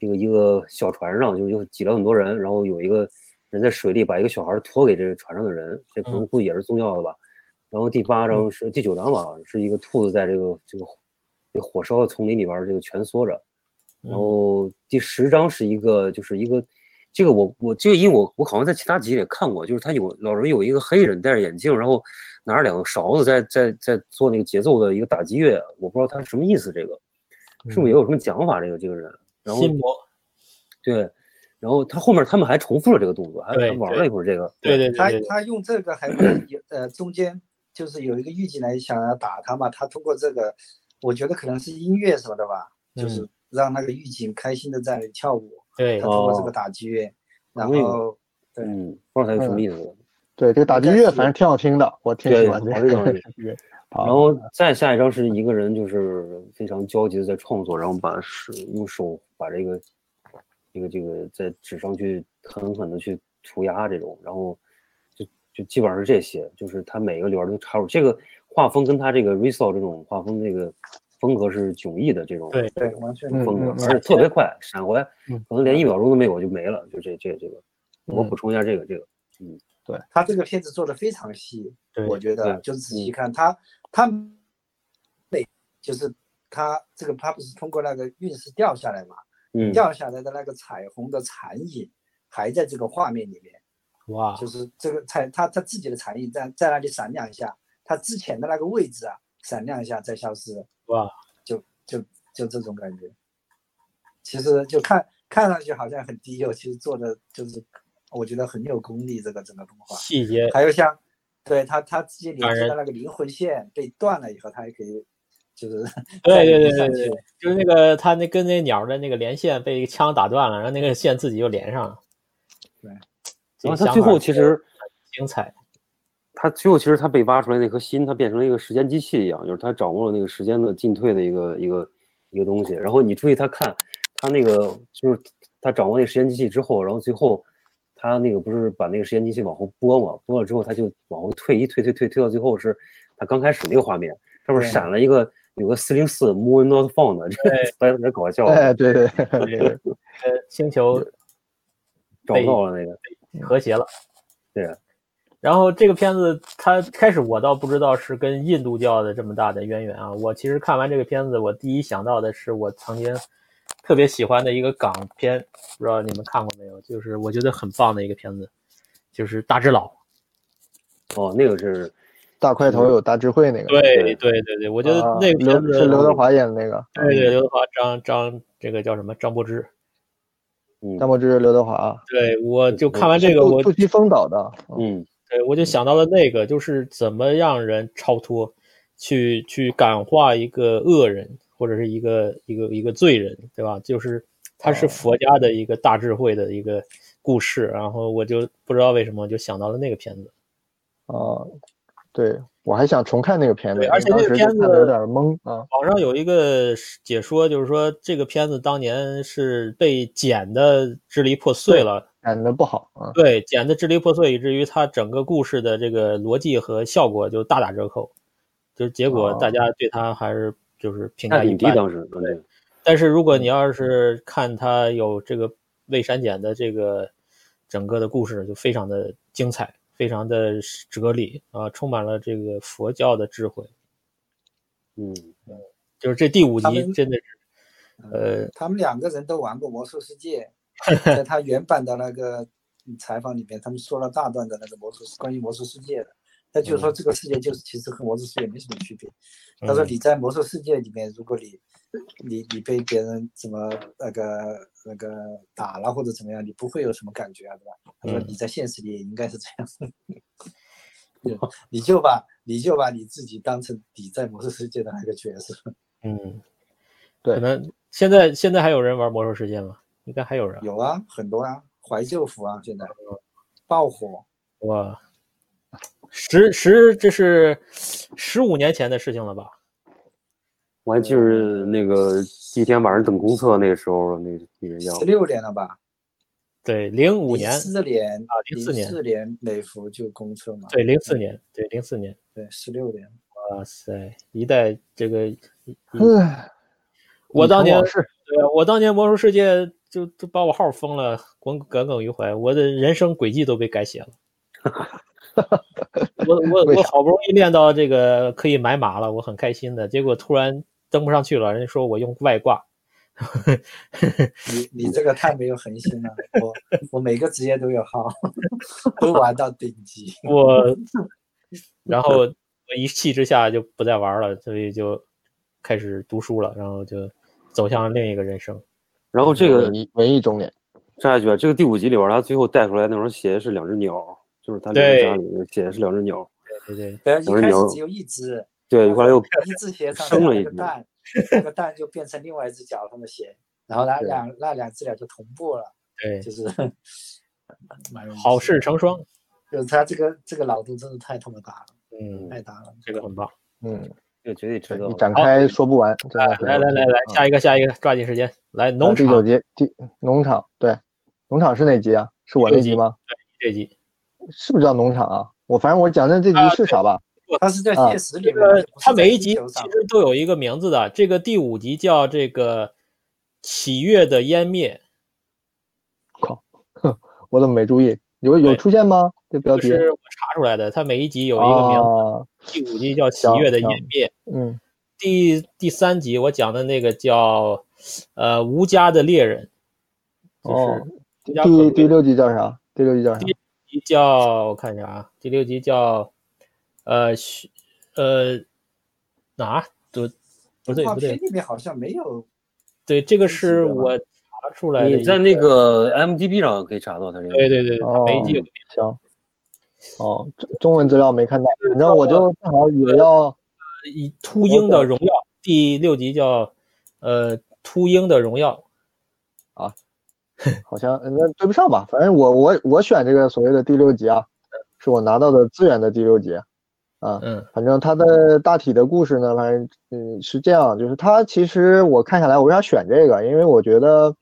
这个一个小船上，就是有挤了很多人，然后有一个人在水里把一个小孩拖给这个船上的人，这可能
嗯
估计也是宗教的吧。然后第八张是、第九张吧，是一个兔子在这个这个火这个火烧的丛林里边儿这个蜷缩着。然后第十章是一个，就是一个，这个我我这个因为我我好像在其他集里也看过，就是他有老人有一个黑人戴着眼镜，然后拿着两个勺子在在在做那个节奏的一个打击乐，我不知道他是什么意思，这个是不是也有什么讲法？这个这个人，然后
心魔，
对，然后他后面他们还重复了这个动作，还
对
还玩
对
了一会儿这个，
对对对
他
对对，
他用这个还会有呃中间就是有一个预警来想要打他嘛，他通过这个，我觉得可能是音乐什么的吧，
嗯
就是让那个狱警开心的在那里跳舞，
对
他通过这
哦
个打击乐，然
哎呦
后对
嗯，不知道他有什么意思。
对这个打击乐，反正挺好听的，我挺喜
对
欢这
好
个
这种
打击乐。然
然后再下一张是一个人就是非常焦急的在创作，然后把手用手把这个这个这个在纸上去狠狠的去涂鸦这种，然后就就基本上是这些，就是他每个里边都插入这个画风跟他这个 r e s o 这种画风这个风格是迥异的这种
对
对，完全
嗯
风格，而
嗯
且特别快，闪回
嗯
可能连一秒钟都没有就没了，就这这这个，我
嗯
补充一下这个这个，
他这个片子做的非常细，
对
我觉得
对嗯
就是仔细看他他每就是他这个他不是通过那个陨石掉下来嘛，
嗯，
掉下来的那个彩虹的残影还在这个画面里面。
哇，
就是这个才他他自己的残影在在那里闪亮一下，他之前的那个位置啊闪亮一下再消失，
哇，
就就就这种感觉。其实就看看上去好像很低幼，其实做的就是我觉得很有功力，这个整个动画。
细节，
还有像对他他直接连
感
接
人
的那个灵魂线被断了以后，他还可以就是
对对
再
对
上
对
去
对，就是那个他那跟那鸟的那个连线被枪打断了，然后那个线自己又连上了，
对，
然后他最
啊
后其实。
精彩，
他最后其实他被挖出来那颗心，它变成了一个时间机器一样，就是他掌握了那个时间的进退的一个一个一个东西。然后你注意他看他那个，就是他掌握那个时间机器之后，然后最后他那个不是把那个时间机器往后拨嘛，拨了之后他就往后退一退退退退到最后是他刚开始那个画面上面
对
闪了一个有个四零四 moon not found，这个特别搞笑，
哎，对对对对对，
呃，星球
找不到了那个，
和谐了。
嗯对，啊
然后这个片子，它开始我倒不知道是跟印度教的这么大的渊源啊。我其实看完这个片子，我第一想到的是我曾经特别喜欢的一个港片，不知道你们看过没有？就是我觉得很棒的一个片子，就是《大智老》。
哦，那个是
大块头有大智慧那个，
对对对对，我觉得
啊
那个
刘
片子
是刘德，华演的那个，
对对，刘德华张张这个叫什么张柏芝，
嗯
大漠之刘德华，
对我就看完
这
这个我
杜琪峰导的，嗯
嗯
对，我就想到了那个，就是怎么让人超脱，去去感化一个恶人或者是一个一个一个罪人，对吧？就是它
哦
是佛家的一个大智慧的一个故事，然后我就不知道为什么就想到了那个片子。
啊，对我还想重看那个片子，
对而且
当
那个
时就
片
看的有
子
点懵啊，
网上有一个解说，就是说这个片子当年是被剪的支离破碎了，
演的不好啊，
对，剪得支离破碎，以至于它整个故事的这个逻辑和效果就大打折扣，就是结果大家对它还是就是评
太
价一
影帝
般。
当时，嗯对，
但是如果你要是看它有这个未删减的这个整个的故事，就非常的精彩，非常的哲理啊，充满了这个佛教的智慧。
嗯，
就是这第五
他
集
们
真的是，呃，
他们两个人都玩过《魔兽世界》， 在他原版的那个采访里面，他们说了大段的那个魔兽关于魔兽世界的。他就说这个世界就是其实和魔兽世界没什么区别。他说
嗯
你在魔兽世界里面，如果你你你被别人怎么那个那个打了或者怎么样，你不会有什么感觉啊，对吧？他说
嗯
你在现实里也应该是这样。 对你就把你就把你自己当成你在魔兽世界的那个角色。
嗯，
对
可能现在现在还有人玩魔兽世界吗？应该还有人。
有啊，很多啊，怀旧服啊，现在爆火。
哇，十十这是十五年前的事情了吧？
我还记着那个第一天晚上等公厕那个时候，那那人叫
十六年了吧？
对，零五
零
年，
四年
啊04年
四年美服就公测嘛。
对，零四年，对，零四年，
对，十六年。
哇塞，一代这个，嗯
唉，
我当年
是
对啊我当年魔兽世界就就把我号封了，耿耿耿于怀，我的人生轨迹都被改写了。我我
为
我
啥
好不容易练到这个可以买马了，我很开心的，结果突然登不上去了，人家说我用外挂，
你你这个太没有恒心了。我我每个职业都有号， 都玩到顶级。
我，然后我一气之下就不再玩了，所以就开始读书了，然后就走向了另一个人生。
然后哦这个
文艺文艺中年，
插一句啊，这个第五集里边儿他最后带出来那双鞋是两只鸟，就是他
对
家里那个鞋是两只鸟，
对对
然后
我是
一开始
牛
只有一只，
对，后来又
一只鞋上
生了
有
一
个
只
蛋，那个蛋就变成另外一只脚上的鞋，然后那
对
两那两只鸟就同步了，
对
就，是 蛮有意
好
思
事成双，
就是他这个这个脑洞真的太他妈大了，
嗯，
太大了。
这个很棒。
嗯，
这个绝对
对
知道
你
了。
展开说不完，真的很
哎来
嗯呃
来来来，下一个下一个，抓紧时间，来农
第九
场
集第农场，对，农场是哪集啊？是我
第
那
九集
集吗？
这集。
是不是叫农场啊？我反正我讲的这
啊
集是啥吧？
他是在
啊
现实里
这个
面的，不是
它
在
每一
地
集
球上
其实都有一个名字的，这个第五集叫这个喜悦的湮灭，
我怎么没注意？有有
对
出现吗？这标
就
题
是我查出来的，它每一集有一个名字，
啊，
第五集叫喜
行
悦的
行
湮灭。
嗯，
第第三集我讲的那个叫呃无家的猎人，就
哦
是无家可
第
归
第六集叫啥？第六集叫啥？
集叫我看一下啊，第六集叫呃嘘呃哪不不对
动画
不
片
对
里面好像没有，
对，这个
是
是
这个吗
我查出来的
你
一
在那个 m d b 上可以查到他这个。
对对对，它
哦
每一集有
行，哦，中中文资料没看到，
是
反正我就正好也要
以秃鹰的荣耀，第六集叫呃秃鹰的荣耀，
好像呃那对不上吧，反正我我我选这个所谓的第六集啊，是我拿到的资源的第六集，啊，
嗯
反正它的大体的故事呢，反正嗯是这样，就是它其实我看下来，我为啥选这个？因为我觉得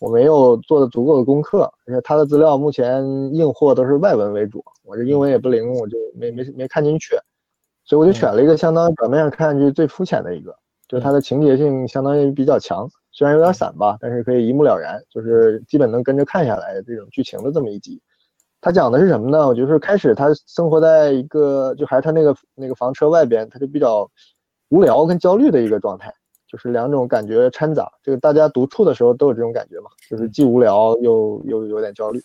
我没有做的足够的功课，而且它的资料目前硬货都是外文为主，我这英文也不灵，我就没没没看进去，所以我就选了一个相当于表面上看上去最肤浅的一个，就是它的情节性相当于比较强，虽然有点散吧，但是可以一目了然，就是基本能跟着看下来的这种剧情的这么一集。他讲的是什么呢？我就是开始他生活在一个，就还是他那个那个房车外边，他就比较无聊跟焦虑的一个状态，就是两种感觉掺杂。这个大家独处的时候都有这种感觉嘛，就是既无聊又又有点焦虑。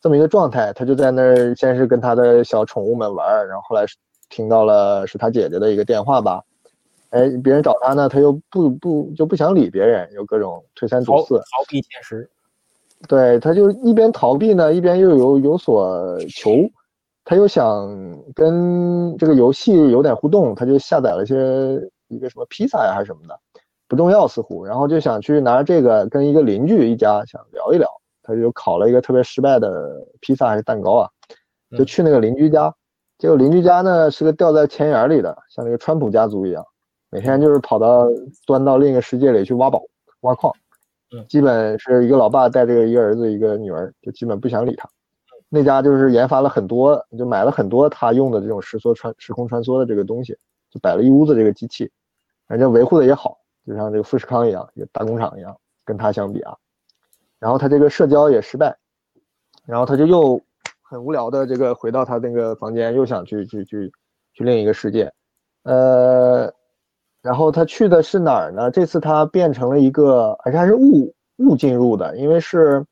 这么一个状态。他就在那儿，先是跟他的小宠物们玩儿，然后后来是听到了是他姐姐的一个电话吧，哎，别人找他呢，他又不不就不想理别人，有各种推三
逃
阻四。啊
逃避现实，
对，他就一边逃避呢，一边又有有所求，他又想跟这个游戏有点互动，他就下载了一些一个什么披萨呀还是什么的，不重要似乎，然后就想去拿这个跟一个邻居一家想聊一聊，他就烤了一个特别失败的披萨还是蛋糕啊，就
嗯
去那个邻居家，结果邻居家呢是个掉在钱眼儿里的，像那个川普家族一样，每天就是跑到钻到另一个世界里去挖宝挖矿。基本是一个老爸带着一个儿子一个女儿，就基本不想理他。那家就是研发了很多，就买了很多他用的这种时缩穿时空穿梭的这个东西，就摆了一屋子这个机器，人家维护的也好，就像这个富士康一样，一个大工厂一样，跟他相比啊。然后他这个社交也失败，然后他就又很无聊的这个回到他那个房间，又想去去去去另一个世界，呃，然后他去的是哪儿呢？这次他变成了一个，而且还是误误进入的，因为是，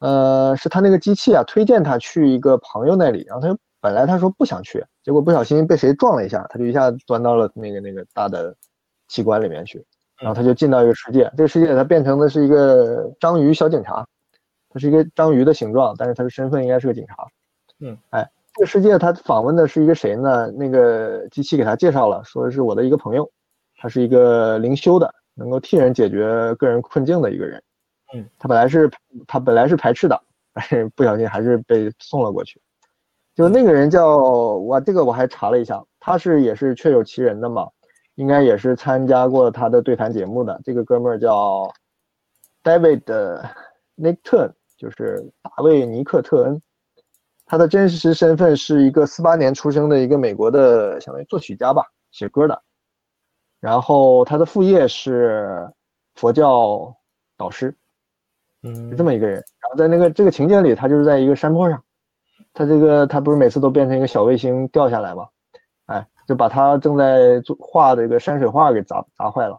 呃，是他那个机器啊推荐他去一个朋友那里，然后他就本来他说不想去，结果不小心被谁撞了一下，他就一下钻到了那个那个大的器官里面去，然后他就进到一个世界，这个世界他变成的是一个章鱼小警察，他是一个章鱼的形状，但是他的身份应该是个警察。
嗯，
哎，这个世界他访问的是一个谁呢？那个机器给他介绍了，说是我的一个朋友，他是一个灵修的，能够替人解决个人困境的一个人。
嗯，
他本来是他本来是排斥的，但是不小心还是被送了过去。就那个人叫我这个我还查了一下，他是也是确有其人的嘛，应该也是参加过他的对谈节目的。这个哥们儿叫 David Nickton，就是大卫尼克特恩。他的真实身份是一个四八年出生的一个美国的，相当于作曲家吧，写歌的。然后他的副业是佛教导师，
嗯
是这么一个人。然后在那个这个情节里，他就是在一个山坡上，他这个他不是每次都变成一个小卫星掉下来吗？哎，就把他正在做画的一个山水画给砸砸坏了。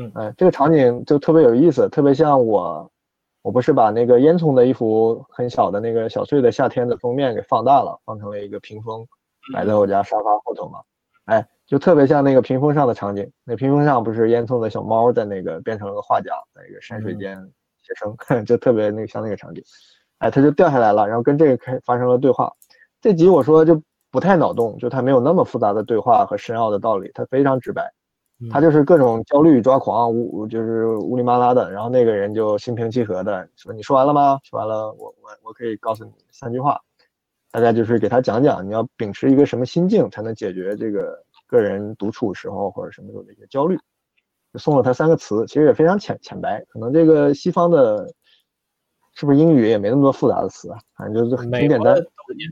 嗯
哎，这个场景就特别有意思，特别像我，我不是把那个烟囱的一幅很小的那个小碎的夏天的封面给放大了，放成了一个屏风，摆在我家沙发后头嘛。哎，就特别像那个屏风上的场景。那屏风上不是烟囱的小猫在那个变成了个画家，在一个山水
嗯
间写生， 就特别那个像那个场景。哎，他就掉下来了，然后跟这个开发生了对话。这集我说就不太脑洞，就他没有那么复杂的对话和深奥的道理，他非常直白。
嗯
他就是各种焦虑、抓狂、乌就是乌里麻拉的，然后那个人就心平气和的说：“你说完了吗？说完了，我我我可以告诉你三句话，大概就是给他讲讲你要秉持一个什么心境才能解决这个个人独处时候或者什么时候的一个焦虑。”就送了他三个词，其实也非常浅浅白，可能这个西方的，是不是英语也没那么多复杂的词啊，反正就是
嗯
挺
美
简
国
单
的。抖音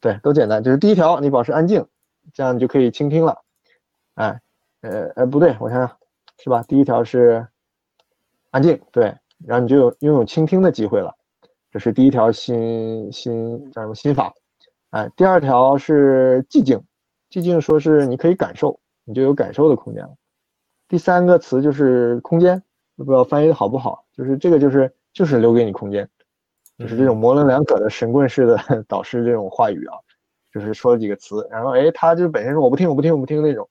对，都简单，就是第一条，你保持安静，这样你就可以倾听了。哎，呃呃，不对，我想想，是吧？第一条是安静，对，然后你就有拥有倾听的机会了，这是第一条心心叫什么心法？哎，第二条是寂静，寂静说是你可以感受，你就有感受的空间了。第三个词就是空间，不知道翻译的好不好，就是这个就是就是留给你空间，就是这种模棱两可的神棍式的 导师这种话语啊，就是说几个词，然后哎，他就本身说我不听我不听我不听那种，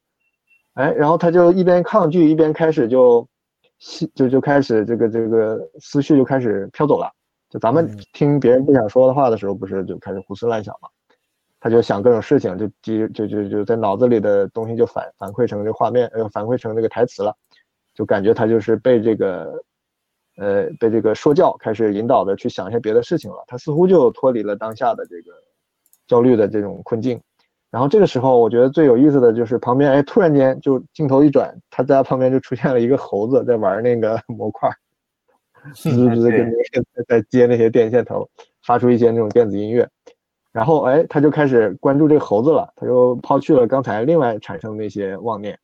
哎，然后他就一边抗拒一边开始就心就就开始这个这个思绪就开始飘走了，就咱们听别人不想说的话的时候，不是就开始胡思乱想嘛，他就想各种事情，就就就就就在脑子里的东西就反反馈成这个画面，呃，反馈成这个台词了，就感觉他就是被这个呃被这个说教开始引导的去想一些别的事情了，他似乎就脱离了当下的这个焦虑的这种困境。然后这个时候，我觉得最有意思的就是旁边，哎，突然间就镜头一转，他家旁边就出现了一个猴子在玩那个 模块儿，滋滋滋跟那个在接那些电线头，发出一些那种电子音乐。然后哎，他就开始关注这个猴子了，他就抛去了刚才另外产生的那些妄念，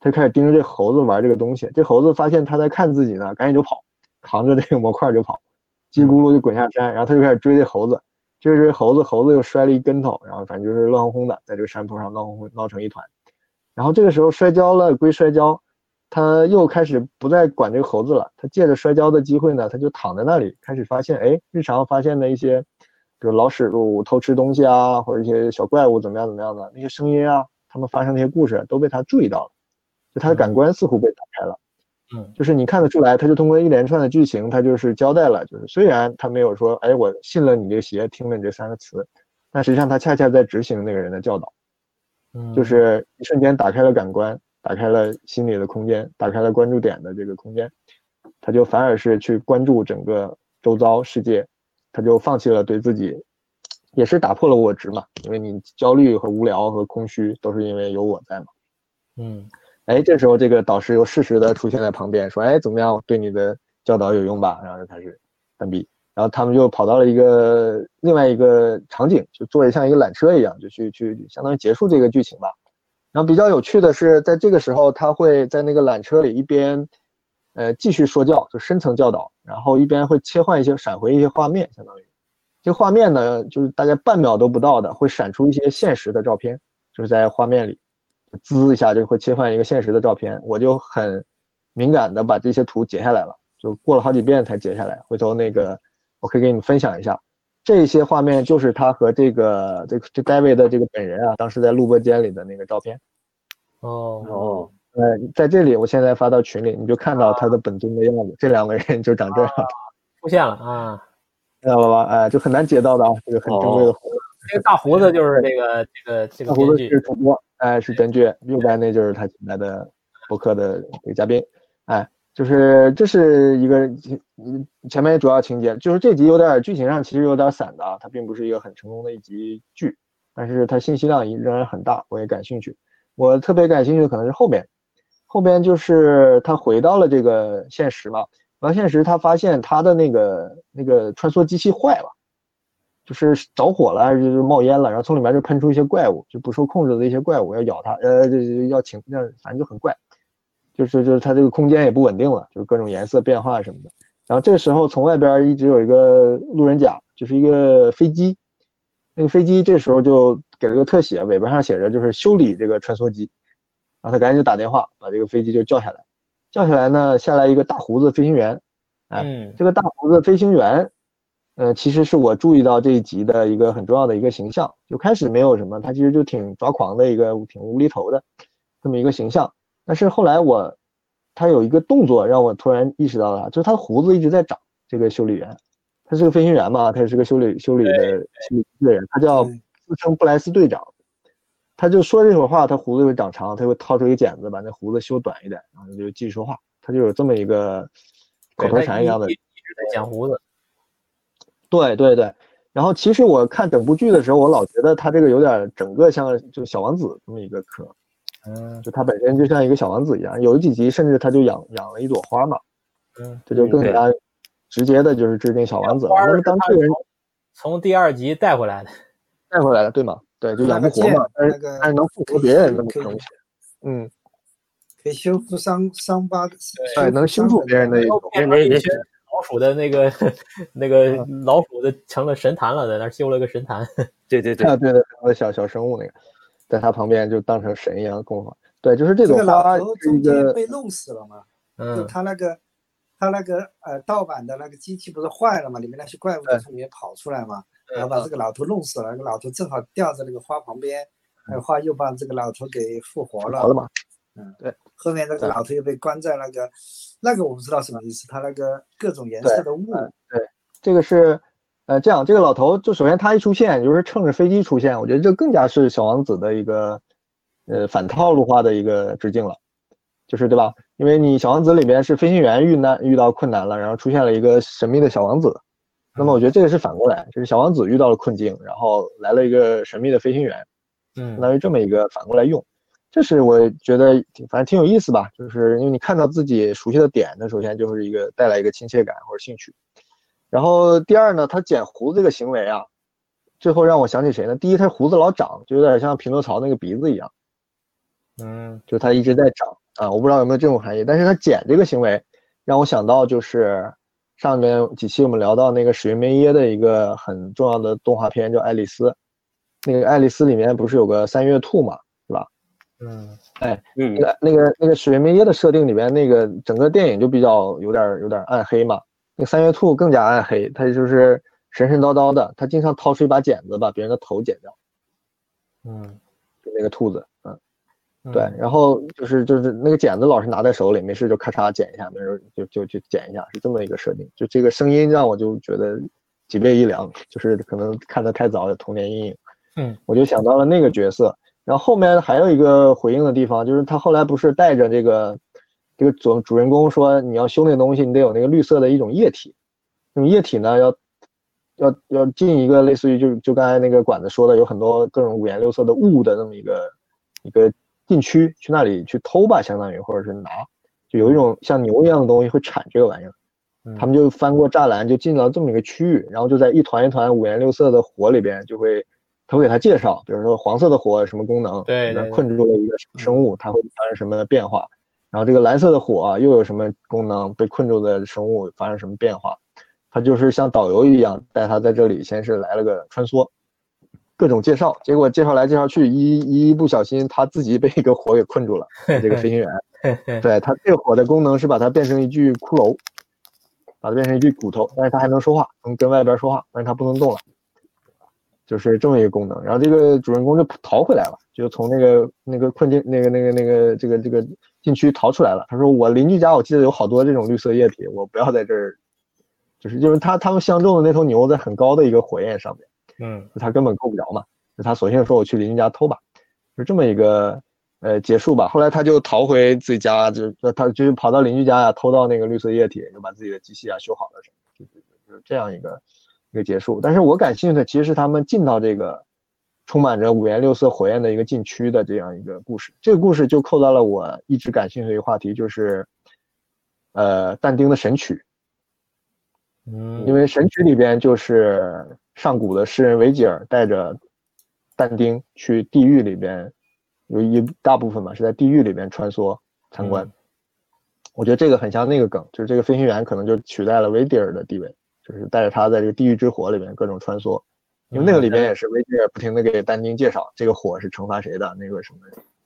他就开始盯着这猴子玩这个东西。这猴子发现他在看自己呢，赶紧就跑，扛着这个模块就跑，叽咕噜就滚下山，然后他就开始追这猴子，追着追猴子，猴子又摔了一跟头，然后反正就是乱哄哄的，在这个山坡上闹哄哄闹成一团。然后这个时候摔跤了归摔跤，他又开始不再管这个猴子了，他借着摔跤的机会呢，他就躺在那里，开始发现，哎，日常发现的一些，比如老鼠偷吃东西啊，或者一些小怪物怎么样怎么样的那些声音啊，他们发生那些故事都被他注意到了，就他的感官似乎被打开了。
嗯，
就是你看得出来，他就通过一连串的剧情，他就是交代了，就是虽然他没有说，哎，我信了你这个邪，听了你这三个词，但实际上他恰恰在执行那个人的教导。
嗯，
就是一瞬间打开了感官，打开了心理的空间，打开了关注点的这个空间，他就反而是去关注整个周遭世界，他就放弃了对自己，也是打破了我执嘛，因为你焦虑和无聊和空虚都是因为有我在嘛。
嗯
哎，这时候这个导师又适时的出现在旁边，说：“哎，怎么样？对你的教导有用吧？”然后就开始单臂，然后他们就跑到了一个另外一个场景，就坐着像一个缆车一样，就去去相当于结束这个剧情吧。然后比较有趣的是，在这个时候，他会在那个缆车里一边，呃，继续说教，就深层教导，然后一边会切换一些闪回一些画面，相当于这画面呢，就是大概半秒都不到的，会闪出一些现实的照片，就是在画面里。滋一下就会切换一个现实的照片，我就很敏感的把这些图截下来了，就过了好几遍才截下来。回头那个我可以给你们分享一下，这些画面就是他和这个这个这 David 的这个本人啊，当时在录播间里的那个照片。
哦，
哦，
呃，在这里我现在发到群里，你就看到他的本尊的样子，这两个人就长这样，
出现了啊，
知道了吧？哎、就很难截到的啊，这个很珍贵的
哦
活
这个大胡子就是这个这个这个
大胡
编
子
剧
是，主播，哎，是编剧，右边那就是他现在的博客的这个嘉宾，哎，就是这是一个嗯前面主要情节，就是这集有点剧情上其实有点散的啊，它并不是一个很成功的一集剧，但是它信息量也仍然很大，我也感兴趣。我特别感兴趣的可能是后边，后边就是他回到了这个现实嘛，然后现实他发现他的那个那个穿梭机器坏了。就是着火了还是就是冒烟了，然后从里面就喷出一些怪物，就不受控制的一些怪物要咬它，呃，这这要请，那反正就很怪，就是就是它这个空间也不稳定了，就是各种颜色变化什么的。然后这个时候从外边一直有一个路人甲，就是一个飞机，那个飞机这时候就给了个特写，尾巴上写着就是修理这个穿梭机，然后他赶紧就打电话把这个飞机就叫下来，叫下来呢下来一个大胡子飞行员，
嗯
这个大胡子飞行员，呃，其实是我注意到这一集的一个很重要的一个形象。就开始没有什么，他其实就挺抓狂的一个，挺无厘头的这么一个形象。但是后来我，他有一个动作让我突然意识到了，就是他胡子一直在长。这个修理员，他是个飞行员嘛，他也是个修理修理的修理的人，他叫
嗯
对
自称布莱斯队长。他就说这会儿话，他胡子会长长，他会掏出一个剪子把那胡子修短一点，然后就继续说话。他就有这么一个口
对
头
他
禅一样的
一直在剪胡子，
对对对，然后其实我看整部剧的时候，我老觉得他这个有点儿整个像就是小王子这么一个壳，
嗯
就他本身就像一个小王子一样。有几集甚至他就养养了一朵花嘛，
嗯，
这就
嗯
更
对
加直接的就是致敬小王子了。
花儿
那么
是
当
他
这个人
从从第二集带回来的，
带回来了，对吗？对，就
那
养不
个
活
剑嗯
嘛，但是
那个
但是能复
可
活
以
别人那么
可以
东西，嗯，
可以修复伤伤疤，
对，哎能修复别人的一
然
种
后。变成
那
一
那
群老鼠的那个 那个
嗯
老鼠的成了神坛了，在那儿修了个神坛，
对对对
啊，，对对，那个小小生物那个，在他旁边就当成神一样供奉。对，就是这
这
种
个老
花
头
是一
中
个
间被弄死了嘛？就
嗯
他那个他那个呃盗版的那个机器不是坏了嘛？里面那些怪物就
对
从里面跑出来嘛，
嗯
然后把这个老头弄死了。那个老头正好吊在那个花旁
嗯
边，那个花又把这个老头给复活
好的
了。
嘛，
后面那个
对
老头又被关在那个那个我不知道什么意思，他那个各种颜色的雾，
嗯这个是，呃，这样，这个老头就首先他一出现，就是乘着飞机出现，我觉得这更加是小王子的一个，呃，反套路化的一个致敬了，就是对吧？因为你小王子里面是飞行员遇难遇到困难了，然后出现了一个神秘的小王子，那么我觉得这个是反过来，就是小王子遇到了困境，然后来了一个神秘的飞行员，相
嗯
当于这么一个反过来用，这是我觉得挺反正挺有意思吧，就是因为你看到自己熟悉的点，那首先就是一个带来一个亲切感或者兴趣。然后第二呢，他剪胡子这个行为啊，最后让我想起谁呢？第一，他胡子老长，就有点像匹诺曹那个鼻子一样，
嗯
就他一直在长啊。我不知道有没有这种含义，但是他剪这个行为让我想到就是上面几期我们聊到那个史云梅耶的一个很重要的动画片叫《爱丽丝》，那个《爱丽丝》里面不是有个三月兔嘛，
嗯
嗯
那个那个那个史维明耶的设定里边，那个整个电影就比较有点有点暗黑嘛。那个三月兔更加暗黑，他就是神神叨叨的，他经常掏出一把剪子把别人的头剪掉，
嗯，
就那个兔子，嗯，
嗯
对。然后就是就是那个剪子老是拿在手里，没事就咔嚓剪一下，没事就就就剪一下，是这么一个设定。就这个声音让我就觉得脊背一凉，就是可能看得太早有童年阴影。
嗯，
我就想到了那个角色。然后后面还有一个回应的地方，就是他后来不是带着这个这个主主人公说，你要修那东西，你得有那个绿色的一种液体，那种液体呢要要要进一个类似于就就刚才那个管子说的，有很多各种五颜六色的雾的那么一个一个禁区，去那里去偷吧，相当于或者是拿，就有一种像牛一样的东西会产这个玩意儿。
嗯
他们就翻过栅栏，就进到这么一个区域，然后就在一团一团五颜六色的火里边，就会他会给他介绍，比如说黄色的火有什么功能，
对
里边
对嗯对
困住了一个生物，它会发生什么变化，然后这个蓝色的火、啊又有什么功能，被困住的生物发生什么变化，他就是像导游一样带他在这里先是来了个穿梭，各种介绍，结果介绍来介绍去，一一一不小心他自己被一个火给困住了，这个飞行员。
嘿嘿
对它这个火的功能是把它变成一具骷髅，把它变成一具骨头，但是它还能说话，能跟外边说话，但是它不能动了，就是这么一个功能。然后这个主人公就逃回来了，就从那个那个困境那个那个那个这个这个禁区逃出来了。他说我邻居家我记得有好多这种绿色液体，我不要在这儿，就是因为他他们相中的那头牛在很高的一个火焰上面。
嗯
他根本够不着嘛，就他索性说我去邻居家偷吧，就这么一个呃结束吧。后来他就逃回自己家，就就他就是跑到邻居家呀、偷到那个绿色液体，就把自己的机器啊修好了什么，就就就就这样一个一个结束。但是我感兴趣的其实是他们进到这个充满着五颜六色火焰的一个禁区的这样一个故事。这个故事就扣到了我一直感兴趣的一个话题，就是呃但丁的《神曲》。
嗯，
因为《神曲》里边就是上古的诗人维吉尔带着但丁去地狱里边，有一大部分嘛是在地狱里边穿梭参观。
嗯
我觉得这个很像那个梗，就是这个飞行员可能就取代了维迪尔的地位，就是带着他在这个地狱之火里面各种穿梭。
嗯
因为那个里边也是维吉尔不停的给但丁介绍这个火是惩罚谁的，那个什么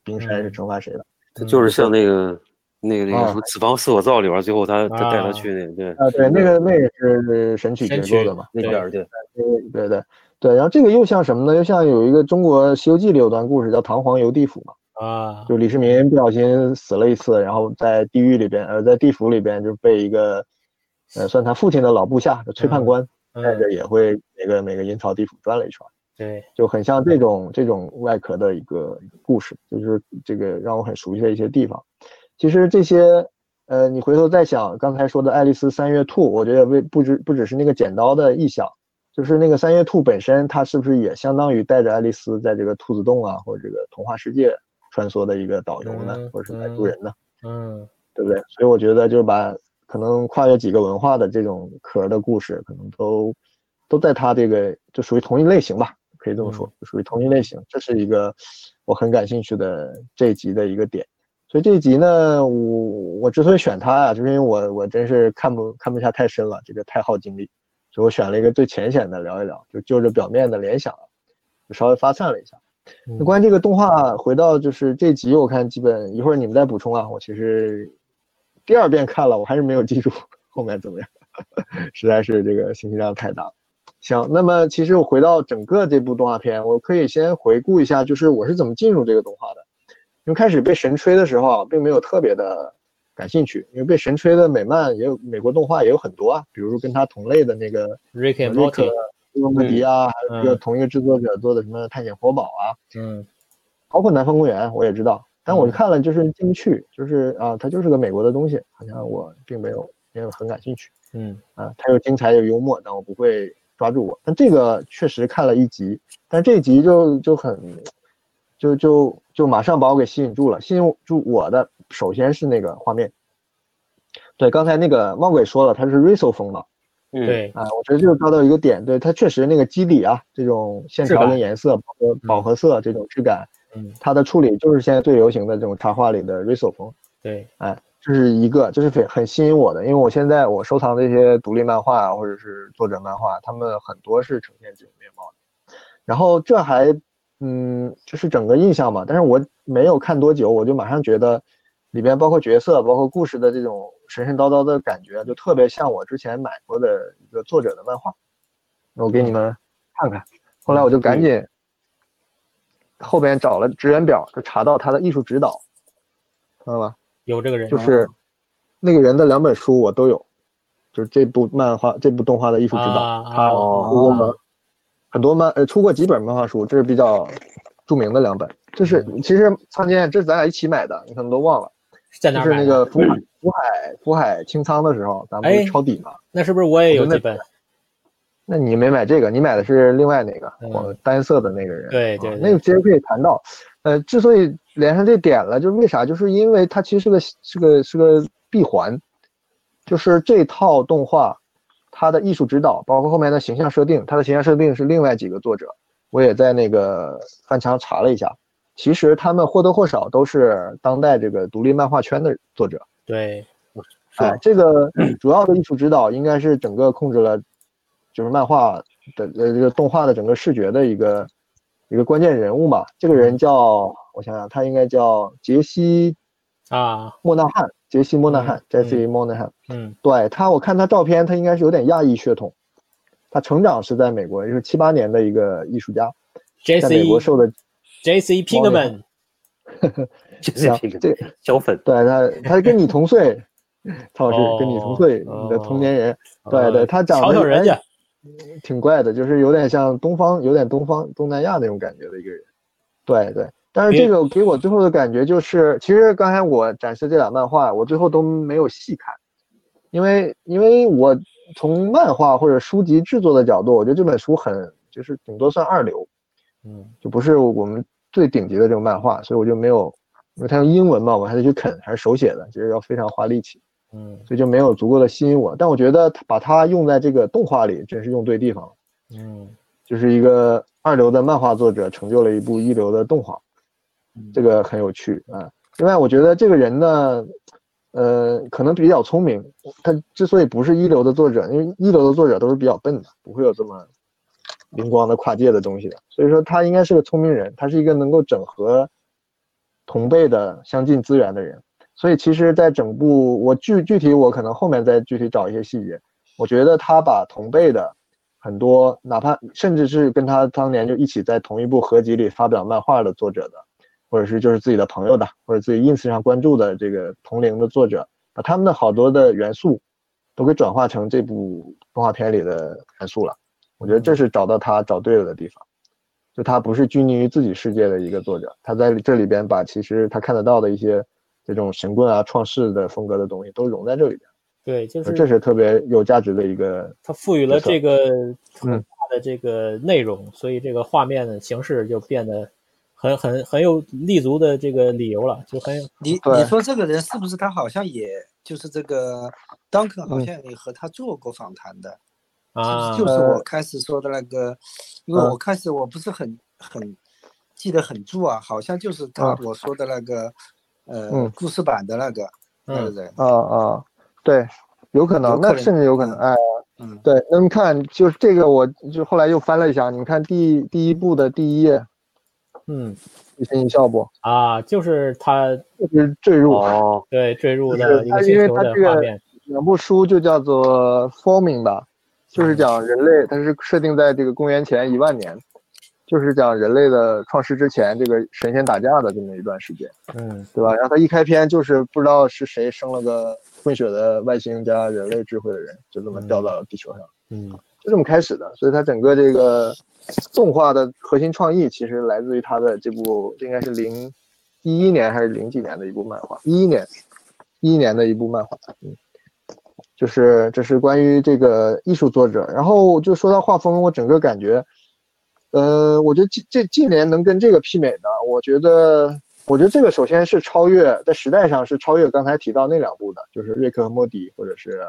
冰山是
嗯
惩罚谁的。
他就是像那个那个那个什么《
啊
子房四我造》里边儿，最后他他带
啊
他去那个对
啊，对，那个那个是神曲结
神
构
曲
的嘛，
那边儿对
对对对对，然后这个又像什么呢？又像有一个中国《西游记》里有段故事叫“唐皇游地府”嘛，
啊，
就李世民不小心死了一次，然后在地狱里边，呃，在地府里边就被一个，呃，算他父亲的老部下，就崔判官带
嗯
着，也会每个每个阴曹地府转了一圈，
对，
就很像这种这种外壳的一个一个故事，就是这个让我很熟悉的一些地方。其实这些，呃，你回头再想刚才说的《爱丽丝三月兔》，我觉得为不只不只是那个剪刀的意象，就是那个三月兔本身，它是不是也相当于带着爱丽丝在这个兔子洞啊，或者这个童话世界穿梭的一个导游呢，
嗯
或者是摆渡人呢，
嗯
对不对？所以我觉得就是把可能跨越几个文化的这种壳儿的故事，可能都都在它这个就属于同一类型吧，可以这么说，就属于同一类型。这是一个我很感兴趣的这一集的一个点。所以这一集呢，我我之所以选它啊，就是因为我我真是看不看不下太深了，这个太耗精力，所以我选了一个最浅显的聊一聊，就就着表面的联想啊，就稍微发散了一下。那关于这个动画，回到就是这集，我看基本一会儿你们再补充啊。我其实第二遍看了，我还是没有记住 后面怎么样，实在是这个信息量太大了。行，那么其实我回到整个这部动画片，我可以先回顾一下，就是我是怎么进入这个动画的。因为开始被神吹的时候啊，并没有特别的感兴趣，因为被神吹的美漫也有美国动画也有很多啊，比如说跟它同类的那个
，Rick and
瑞克
Morty，、
朱蒙迪啊，还有一个
嗯
同一个制作者做的什么《探险活宝》啊，
嗯
包括南方公园，我也知道，但我
嗯
看了就是进不去，就是啊，它就是个美国的东西，好像我并没有没有很感兴趣
嗯
啊。它又精彩又幽默，但我不会抓住我。但这个确实看了一集，但这一集就就很，就就就马上把我给吸引住了。吸引住我的首先是那个画面，对，刚才那个忘鬼说了，它是 Riso 风嘛，
嗯
对，
啊，我觉得就是抓到一个点，对它确实那个基底啊，这种线
质
条
感
跟颜色，包括饱和色这种质感，
嗯
它的处理就是现在最流行的这种插画里的 riso 风，
对，
哎，这是一个，这是很很吸引我的，因为我现在我收藏的一些独立漫画或者是作者漫画，他们很多是呈现这种面貌的。然后这还嗯，就是整个印象嘛。但是我没有看多久，我就马上觉得里边包括角色、包括故事的这种神神叨叨的感觉，就特别像我之前买过的一个作者的漫画。我给你们看看。后来我就赶紧后边找了职员表，就查到他的艺术指导，看到吧？
有这个人，
就是那个人的两本书我都有，就是这部漫画、这部动画的艺术指导，
啊
他
哦
出过很多漫呃出过几本漫画书，这是比较著名的两本。这是
嗯
其实仓间，这是咱俩一起买的，你可能都忘了，
是在
就
哪儿
是
买
那
的？
个福海福海福海清仓的时候，咱们
哎
不是抄底嘛。
那是不是我也有几本？
那你没买这个，你买的是另外那个，
嗯
我单色的那个人。
对
啊
对对
那个其实可以谈到，呃，之所以连上这点了，就是为啥？就是因为它其实是个是个是个闭环，就是这套动画，它的艺术指导，包括后面的形象设定，它的形象设定是另外几个作者，我也在那个翻墙查了一下，其实他们或多或少都是当代这个独立漫画圈的作者。
对，
是吧
哎，这 个主要的艺术指导应该是整个控制了，就是漫画的呃这个动画的整个视觉的一个一个关键人物嘛。这个人
嗯
叫我想想，他应该叫杰西·
啊，
莫纳汉，杰西·莫纳汉，Jesse m o n a h a n
嗯
对他，我看他照片，他应该是有点亚裔血统。他成长是在美国，也是七八年的一个艺术家，在美国
，J.C.
受的
J.C. Pigman，
这
这样
E
这个
这
小粉，
对他，他跟你同岁， 曹老师跟你同岁，
哦
你的同年人。
呃
对对，他长得
瞧瞧人
哎
家，
挺怪的，就是有点像东方，有点东方东南亚那种感觉的一个人。对对，但是这个给我最后的感觉就是，其实刚才我展示这俩漫画，我最后都没有细看，因为因为我从漫画或者书籍制作的角度，我觉得这本书很就是顶多算二流，
嗯
就不是我们最顶级的这种漫画，所以我就没有，因为它用英文嘛，我还得去啃，还是手写的，其实要非常花力气。
嗯
所以就没有足够的吸引我。但我觉得它把它用在这个动画里，真是用对地方了。
嗯，
就是一个二流的漫画作者成就了一部一流的动画，这个很有趣啊。另外，我觉得这个人呢，呃，可能比较聪明。他之所以不是一流的作者，因为一流的作者都是比较笨的，不会有这么灵光的跨界的东西的。所以说，他应该是个聪明人，他是一个能够整合同辈的相近资源的人。所以，其实，在整部我具具体我可能后面再具体找一些细节，我觉得他把同辈的很多，哪怕甚至是跟他当年就一起在同一部合集里发表漫画的作者的，或者是就是自己的朋友的，或者自己 ins 上关注的这个同龄的作者，把他们的好多的元素都给转化成这部动画片里的元素了。我觉得
嗯
这是找到他找对了的地方，就他不是拘泥于自己世界的一个作者，他在这里边把其实他看得到的一些这种神棍啊、创世的风格的东西都融在这里边，
对，就
呃这
是
是特别有价值的一个
它赋予了这个很
嗯
大的这个内容，所以这个画面的形式就变得很很很有立足的这个理由了，就很
你
嗯对
你说这个人是不是他好像也就是这个 Duncan
嗯
好像也和他做过访谈的，
啊，
就是
呃
我开始说的那个，因为
嗯
我开始我不是很很记得很住啊，好像就是他
嗯
我说的那个，呃
嗯，
故事版的那个那个
嗯
人，
啊啊，对，有可
有
能，
可
那
能
甚至有可能，
嗯
哎，
嗯，
对，那么看就是这个，我就后来又翻了一下，你们看第第一部的第一页，
嗯
一心一笑不？
啊，就是他
就是坠入、
哦，
对坠入
就是
了一
它
个
因
星
为
球
它
的
这个
画面，
两部书就叫做《Forming》吧，
嗯
就是讲人类，它是设定在这个公元前一万年，就是讲人类的创世之前这个神仙打架的这么一段时间，
嗯
对吧？然后它一开篇就是不知道是谁生了个混血的外星加人类智慧的人，就这么掉到了地球上。
嗯
就这么开始的，所以它整个这个动画的核心创意其实来自于它的这部应该是零一一年还是零几年的一部漫画，一一年一一年的一部漫画，嗯，就是这是关于这个艺术作者，然后就说到画风，我整个感觉，呃，我觉得这这近年能跟这个媲美的，我觉得。我觉得这个首先是超越在时代上是超越刚才提到那两部的，就是《瑞克和莫蒂》或者是《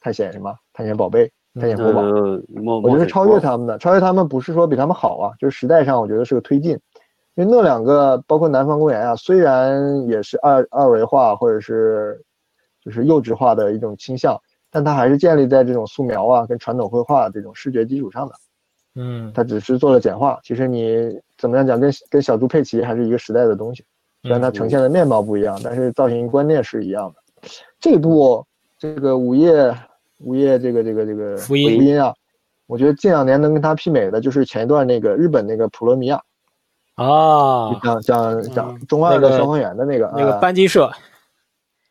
探险什么探险宝贝》《探险活宝》
呃，我
我觉得超越他们的，超越他们不是说比他们好啊，就是时代上我觉得是个推进。因为那两个，包括南方公园啊，虽然也是二二维化或者是就是幼稚化的一种倾向，但它还是建立在这种素描啊跟传统绘画这种视觉基础上的。
嗯
它只是做了简化。其实你怎么样讲，跟跟小猪佩奇还是一个时代的东西，
嗯
虽然它呈现的面貌不一样，但是造型观念是一样的。这部这个午夜午夜这个这个这个
福音
啊，我觉得近两年能跟它媲美的就是前一段那个日本那个普罗米亚，
啊，
讲讲讲
嗯
中二
那
的
个
消防员的那个
那个
呃
班级社，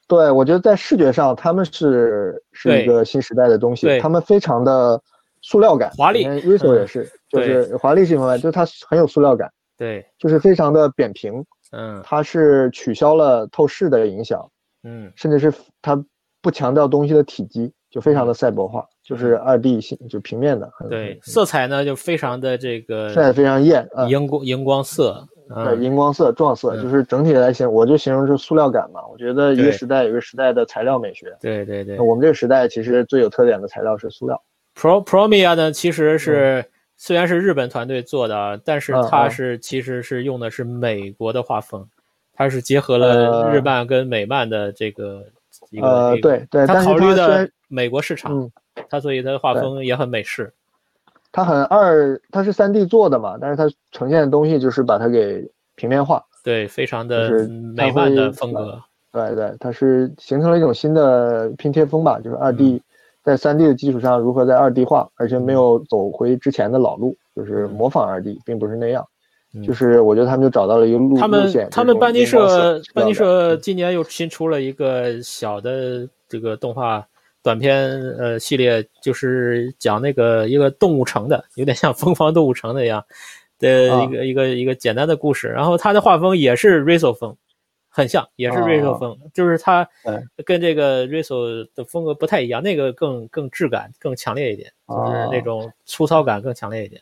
对，我觉得在视觉上，他们是是
对
一个新时代的东西
对，
他们非常的塑料感，
华丽嗯
r i s o 也是，就
对
是华丽是一方面，就是它很有塑料感，
对，
就是非常的扁平，
嗯
它是取消了透视的影响，
嗯
甚至是它不强调东西的体积，就非常的赛博化，就是二 D 性，就平面的，很
嗯对，
很
色彩呢就非常的这个
晒得非常艳啊，
荧光荧光色，
对，
嗯
荧光色、撞色，
嗯
就是整体来形容，我就形容是塑料感嘛，我觉得一
对
个时代有一个时代的材料美学。
对对对
那。我们这个时代其实最有特点的材料是塑料，
Pro Promia 呢，其实是、虽然是日本团队做的啊，但是
嗯
它
嗯
是、其实是用的是美国的画风，它是结合了
呃
日漫跟美漫的这个、一个、
呃，
这个，
对对，但
它
是
考虑
它虽
的
然，
美国市场，
嗯，
它所以它的画风也很美式，
它很二，它是三 D 做的嘛，但是它呈现的东西就是把它给平面化，
对，非常的
就是
美
它
漫的
会
风格，
对对，它是形成了一种新的拼贴风吧，就是二
嗯
D 在三 D 的基础上如何在二 D 化，而且没有
嗯
走回之前的老路，就是模仿二 D，并不是那样
嗯。
就是我觉得他们就找到了一个路
他
路
们
线，
他
这
们
种
班级
荧
社
光色塑料
班级
感
社今年又新出了一个小的这个动画短片呃系列，就是讲那个一个动物城的，有点像《疯狂动物城》那样的
啊
一个、一个一个简单的故事。然后它的画风也是 Riso 风，很像，也是
啊
Riso 风，就是它
对
跟这个 Riso 的风格不太一样，那个更更质感更强烈一点，就是
啊
那种粗糙感更强烈一点。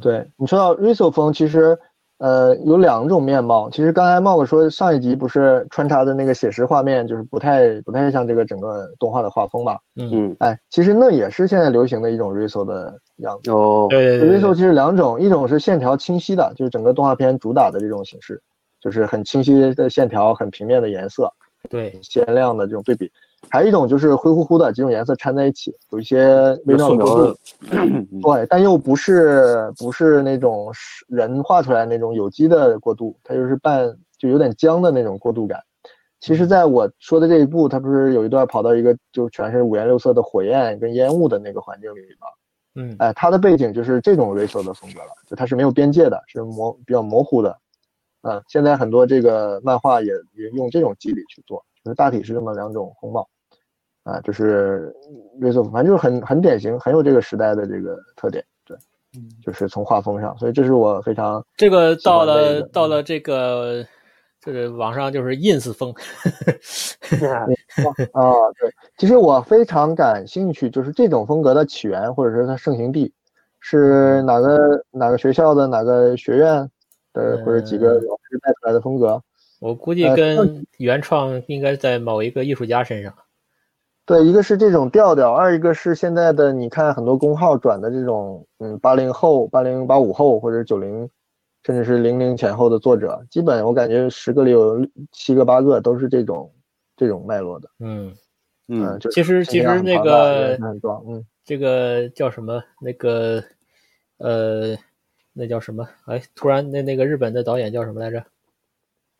对你说到 Riso 风，其实呃有两种面貌。其实刚才茂哥说上一集不是穿插的那个写实画面，就是不太不太像这个整个动画的画风嘛。
嗯，
嗯，
哎，其实那也是现在流行的一种 Riso 的样子。
哦，
对对对
Riso
对，
其实两种，一种是线条清晰的，就是整个动画片主打的这种形式，就是很清晰的线条，很平面的颜色，
对
鲜亮的这种对比。还有一种就是灰乎乎的几种颜色掺在一起，有一些微妙
素
的过
描
渡
的，，嗯
对，但又不是不是那种是人画出来那种有机的过渡，它就是半就有点僵的那种过渡感。其
嗯
实，在我说的这一步，它不是有一段跑到一个就全是五颜六色的火焰跟烟雾的那个环境里吗？
嗯
哎，它的背景就是这种 racial 的风格了，就它是没有边界的，是模比较模糊的。嗯，现在很多这个漫画也也用这种肌理去做，就是大体是这么两种风貌。啊，就是 racial，反正就是很很典型，很有这个时代的这个特点。对，就是从画风上，所以这是我非常
嗯这个
喜
到
欢的一嗯
了
个
到了这个，这个网上就是 ins 风，
啊，对，其实我非常感兴趣，就是这种风格的起源或者是它盛行地，
嗯
是哪个哪个学校的哪个学院的或者几个
嗯
老师带出来的风格？
我估计
呃
跟原创应该在某一个艺术家身上。
对，一个是这种调调，二一个是现在的你看很多公号转的这种，嗯，八零后、八零八五后或者九零，甚至是零零前后的作者，基本我感觉十个里有七个八个都是这种这种脉络的，
嗯，
嗯，
嗯，
就
其
是
实
信息
其
量
实
很
那
庞大
个
人很壮，嗯。
这个叫什么？那个呃，那叫什么？哎，突然那那个日本的导演叫什么来着？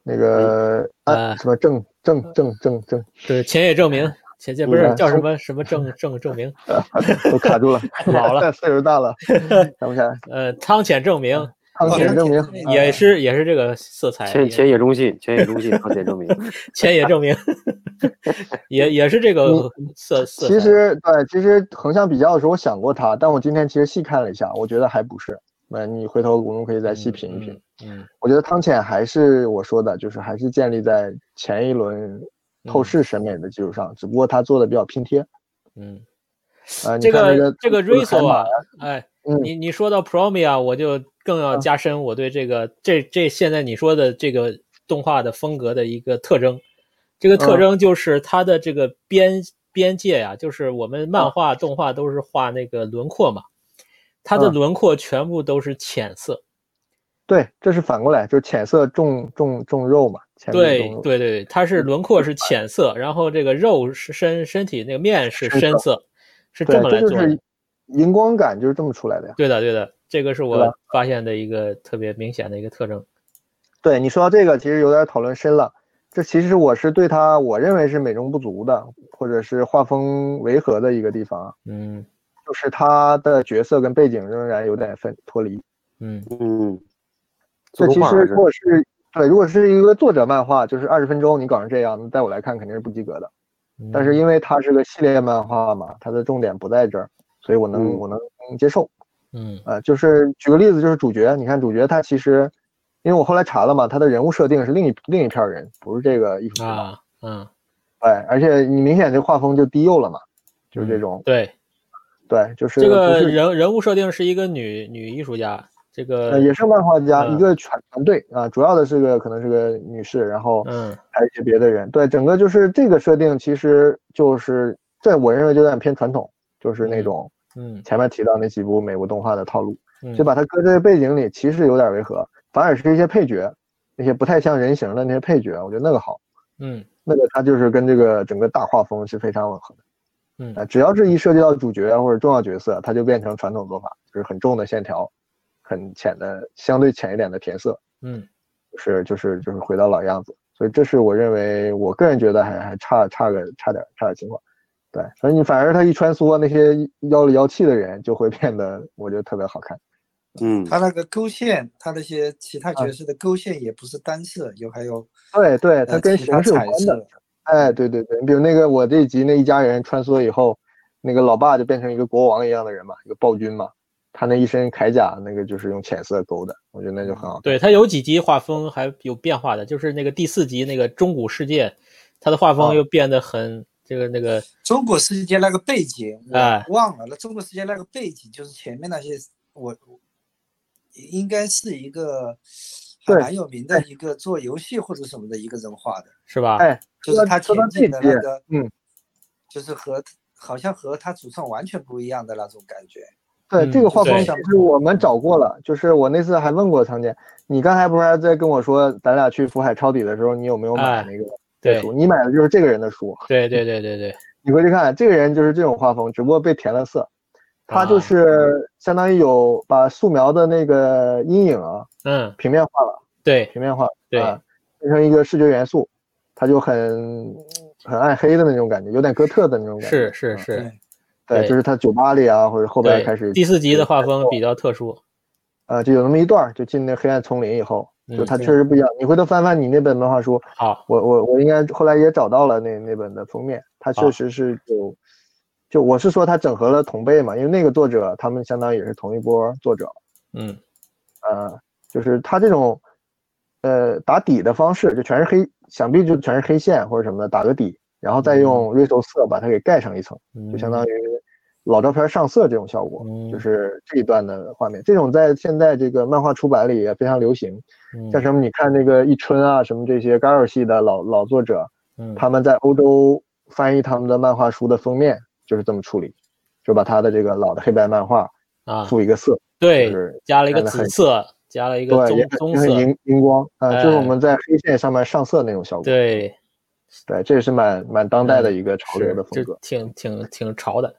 那个
呃
啊，什么郑郑郑郑郑，
对，前野证明，前这不
嗯
是
啊
叫什么什么证证证明？
我卡住了，
老了，
岁数 大了，想不起来。
呃，汤浅证明
康
哦
显证明
那
啊
也是也是这个色彩，
前
也
前野中信，前野中信，康健证 明，
前野证明 也也是这个色色彩。
嗯
嗯
其实对，其实横向比较的时候我想过他，但我今天其实细看了一下，我觉得还不是。那你回头我们可以再细品一品。
嗯，嗯
我觉得汤浅还是我说的，就是还是建立在前一轮透视审美的基础上，只不过他做的比较拼贴。
嗯。
啊，你
这
看那
个这个
就是
Riso
海马
啊，哎，
嗯
你你说到 Promia，我就更要加深我对这个、这这现在你说的这个动画的风格的一个特征。这个特
嗯
征就是它的这个边、边界呀、就是我们漫
嗯
画、动画都是画那个轮廓嘛，它的
嗯
轮廓全部都是浅色。
对，这是反过来，就是浅色重重重肉嘛，浅嗯色
对
重肉
对对对，它是轮廓是浅色，然后这个肉是身身体那个面是
深
深
色
色，是
对，
这么来
就
做的。
是荧光感就是这么出来的呀。
对的，对的，这个是
对
我
吧
发现的一个特别明显的一个特征。
对你说到这个，其实有点讨论深了。这其实我是对它，我认为是美中不足的，或者是画风违和的一个地方，
嗯
就是它的角色跟背景仍然有点分脱离。
嗯
嗯，
这
做
其
动画还
实如
是
果是对，如果是一个作者漫画，就是二十分钟你搞成这样，那在我来看肯定是不及格的。
嗯，
但是因为它是个系列漫画嘛，它的重点不在这儿，所以我能
嗯
我能接受。
嗯
呃，就是举个例子，就是主角，你看主角他其实，因为我后来查了嘛，他的人物设定是另一另一票人，不是这个艺术指导。
啊嗯，
对，哎而且你明显这画风就低幼了嘛，就是这种，
对，
对，就是
这个
不是
人人物设定是一个女女艺术家，这个
呃也是漫画家、
嗯
一个团团队啊，主要的是个可能是个女士，然后
嗯
还有一些别的人。对，整个就是这个设定，其实就是在我认为就有点偏传统，就是那
嗯
种
嗯
前面提到那几部美国动画的套路。
嗯，
就把它搁在背景里，其实有点违和，反而是一些配角，那些不太像人形的那些配角，我觉得那个好，
嗯
那个它就是跟这个整个大画风是非常吻合的。
嗯
啊，只要是一涉及到主角啊或者重要角色，它就变成传统做法，就是很重的线条，很浅的相对浅一点的填色，
嗯
就是就是就是回到老样子。所以这是我认为，我个人觉得还还差差个差点差点情况。对，所以你反而他一穿梭，那些妖里妖气的人就会变得，我觉得特别好看。
嗯，
他那个勾线，他那些其他角
嗯
色的勾线也不是单色，有还有
对对，它
呃
跟
其
形
他
式有
彩
关的。
色。
哎，对对对，你比如那个我这集那一家人穿梭以后，那个老爸就变成一个国王一样的人嘛，一个暴君嘛。他那一身铠甲，那个就是用浅色勾的，我觉得那就很好看。
对，它有几集画风还有变化的，就是那个第四集那个中古世界，它的画风
啊
又变得很这个那个
中国世界那个背景，
哎
我忘了。那中国世界那个背景就是前面那些，我我应该是一个还
对
蛮有名的一个做游戏或者什么的一个人画的，
是吧？
哎，
就
说
是
到
他
说
前
到这
进的那
集
个，
嗯，
就是和好像和他主创完全不一样的那种感觉。
对
嗯
这个画
对
风，其实我们找过了，就是我那次还问过仓姐，你刚才不是还在跟我说，咱俩去福海抄底的时候，你有没有
哎
买那个
对
书？你买的就是这个人的书，
对对对对对，
你回去看，这个人就是这种画风，只不过被填了色。他
啊
就是相当于有把素描的那个阴影啊
嗯，
平面化了，
对
平面化了
对
啊，变成一个视觉元素，它就很很暗黑的那种感觉，有点哥特的那种感觉。
是是
嗯
是，对
对，就是他酒吧里啊，或者后边开始
对第四集的画风比较特殊，
呃，就有那么一段儿，就进那黑暗丛林以后，就
嗯
它
对
确实不一样。你回头翻翻你那本漫画书，
好，
我我我应该后来也找到了那那本的封面，它
啊
确实是有，就我是说它整合了同辈嘛，因为那个作者他们相当于也是同一波作者，
嗯
呃，就是他这种，呃，打底的方式就全是黑，想必就全是黑线或者什么的打个底，然后再用瑞兽色把它给盖上一层，
嗯，
就相当于老照片上色这种效果，
嗯
就是这一段的画面，这种在现在这个漫画出版里也非常流行。
嗯
像什么你看那个一春啊，什么这些 Garo 系的老老作者，
嗯
他们在欧洲翻译他们的漫画书的封面就是这么处理，就把他的这个老的黑白漫画
啊，
赋一个色，
对
就是，
加了一个
看得
紫
很
色，加了一个
对，
棕
也很
棕
也
色，
很荧荧光啊、
哎
就是我们在黑线上面上色那种效果。
对，嗯
对，这也是蛮蛮当代的一个潮流
是
的风
这
格。
挺挺挺潮 的，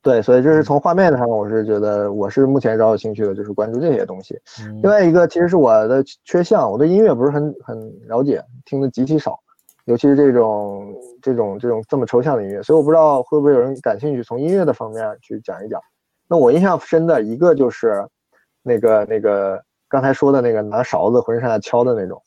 对，所以
嗯
这是从画面上，我是觉得我是目前饶有兴趣的，就是关注这些东西。
嗯
另外一个其实是我的缺项，我对音乐不是很很了解，听的极其少，尤其是这种这种这种这么抽象的音乐，所以我不知道会不会有人感兴趣从音乐的方面去讲一讲。那我印象深的一个就是那个那个刚才说的那个拿勺子浑身上下敲的那种，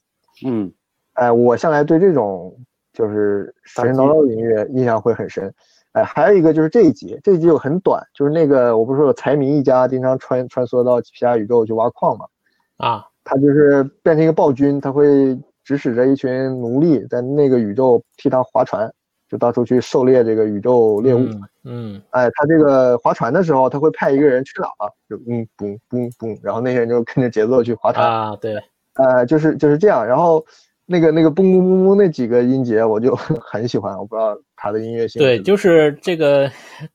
嗯，
哎，我向来对这种就是神神叨叨的音乐印象会很深。哎，还有一个就是这一集，这一集又很短，就是那个我不是说有财迷一家经常穿穿梭到其他宇宙去挖矿嘛。
啊，
他就是变成一个暴君，他会指使着一群奴隶在那个宇宙替他划船，就到处去狩猎这个宇宙猎物。
嗯嗯
哎，他这个划船的时候，他会派一个人吹喇叭，就嗯嘣嘣嘣，然后那些人就跟着节奏去划船。
啊，对，
呃，就是就是这样。然后那个那个嘣嘣嘣嘣那几个音节，我就 很喜欢。我不知道他的音乐性
对，
是
就是这个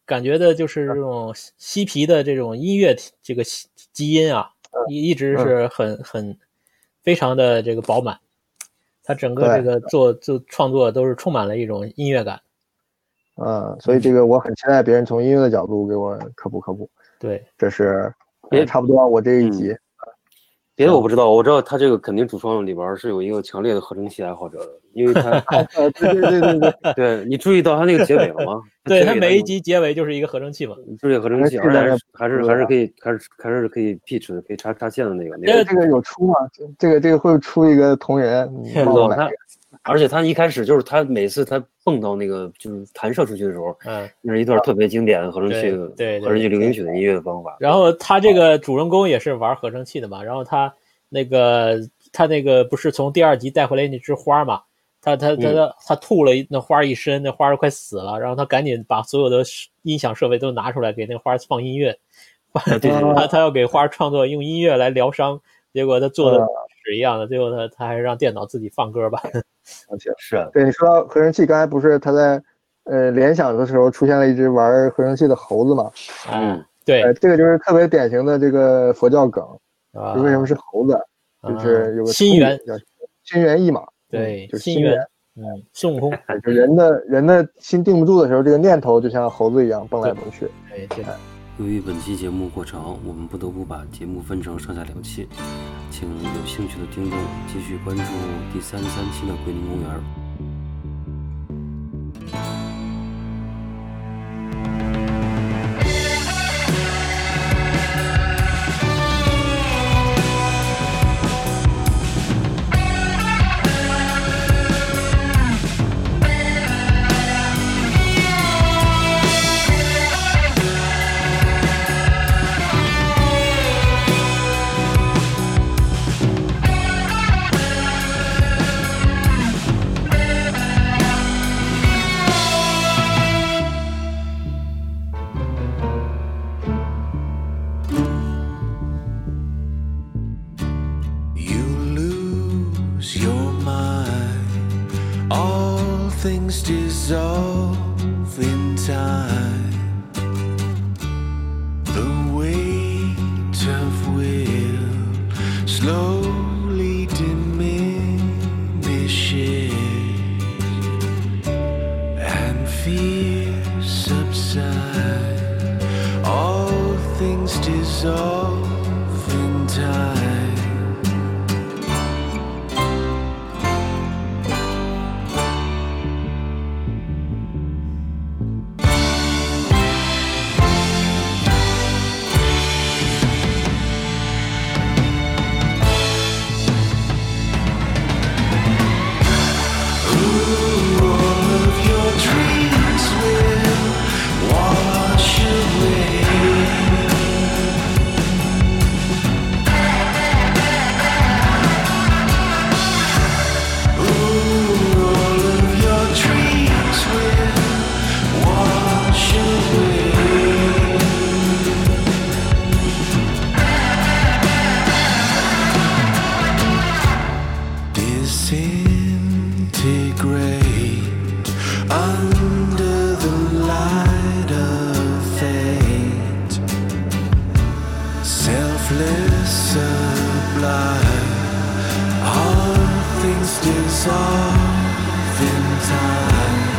感觉的，就是这种嬉嬉皮的这种音乐体这个基基因啊，
嗯
一一直是很很非常的这个饱满。他整个
对
这个做做创作都是充满了一种音乐感。
嗯，所以这个我很期待别人从音乐的角度给我科普科普。
对，
这是哎
别
差不多我这一集。
别的我不知道，我知道他这个肯定主创里边儿是有一个强烈的合成器爱好者的，因为他
呃，对对对 对对，
对你注意到他那个结尾了吗？
对
他
他每一集结尾就是一个合成器嘛。
注意合成器，
还是
而
在
且
那
还是
播
还是
啊
可以，还是还是可以 pitch 的，可以插插线的那个那个
呃
这个有出吗？这这个这个会出一个同人，嗯
不知
冒
道
来
他， 而且他一开始就是他每次他蹦到那个就是弹射出去的时候，
嗯，
那是一段特别经典的合成器
对对对
合成器流行曲的音乐方法。
然后他这个主人公也是玩合成器的嘛，然后他那个他那个不是从第二集带回来那枝花嘛，他他他他他吐了一那花一身，那花儿快死了，然后他赶紧把所有的音响设备都拿出来给那花儿放音乐，
对对
嗯
对
他他要给花儿创作用音乐来疗伤，结果他做
嗯
的屎一样的，最后他他还是让电脑自己放歌吧，
是啊，
对你说到合成器，刚才不是他在呃联想的时候出现了一只玩合成器的猴子嘛？
啊
嗯，
对
呃，这个就是特别典型的这个佛教梗，
啊
就为什么是猴子？
啊
就是有个
心猿
叫心猿意马，
对
嗯就是
心
心
猿
猿，
嗯孙悟空
就人的人的心定不住的时候，这个念头就像猴子一样蹦来蹦去。
对对
由于本期节目过长，我们不得不把节目分成上下两期，请有兴趣的听众继续关注第三十三期的桂林公园儿。
You lose your mind. All things dissolve in time. The weight of will slowly diminishes, and fear subsides. All things dissolve in time. Your dreams will wash away. Ooh, all of your dreams will wash away. disintegrate under the light of fate. Selfless, sublime, all things dissolve in time.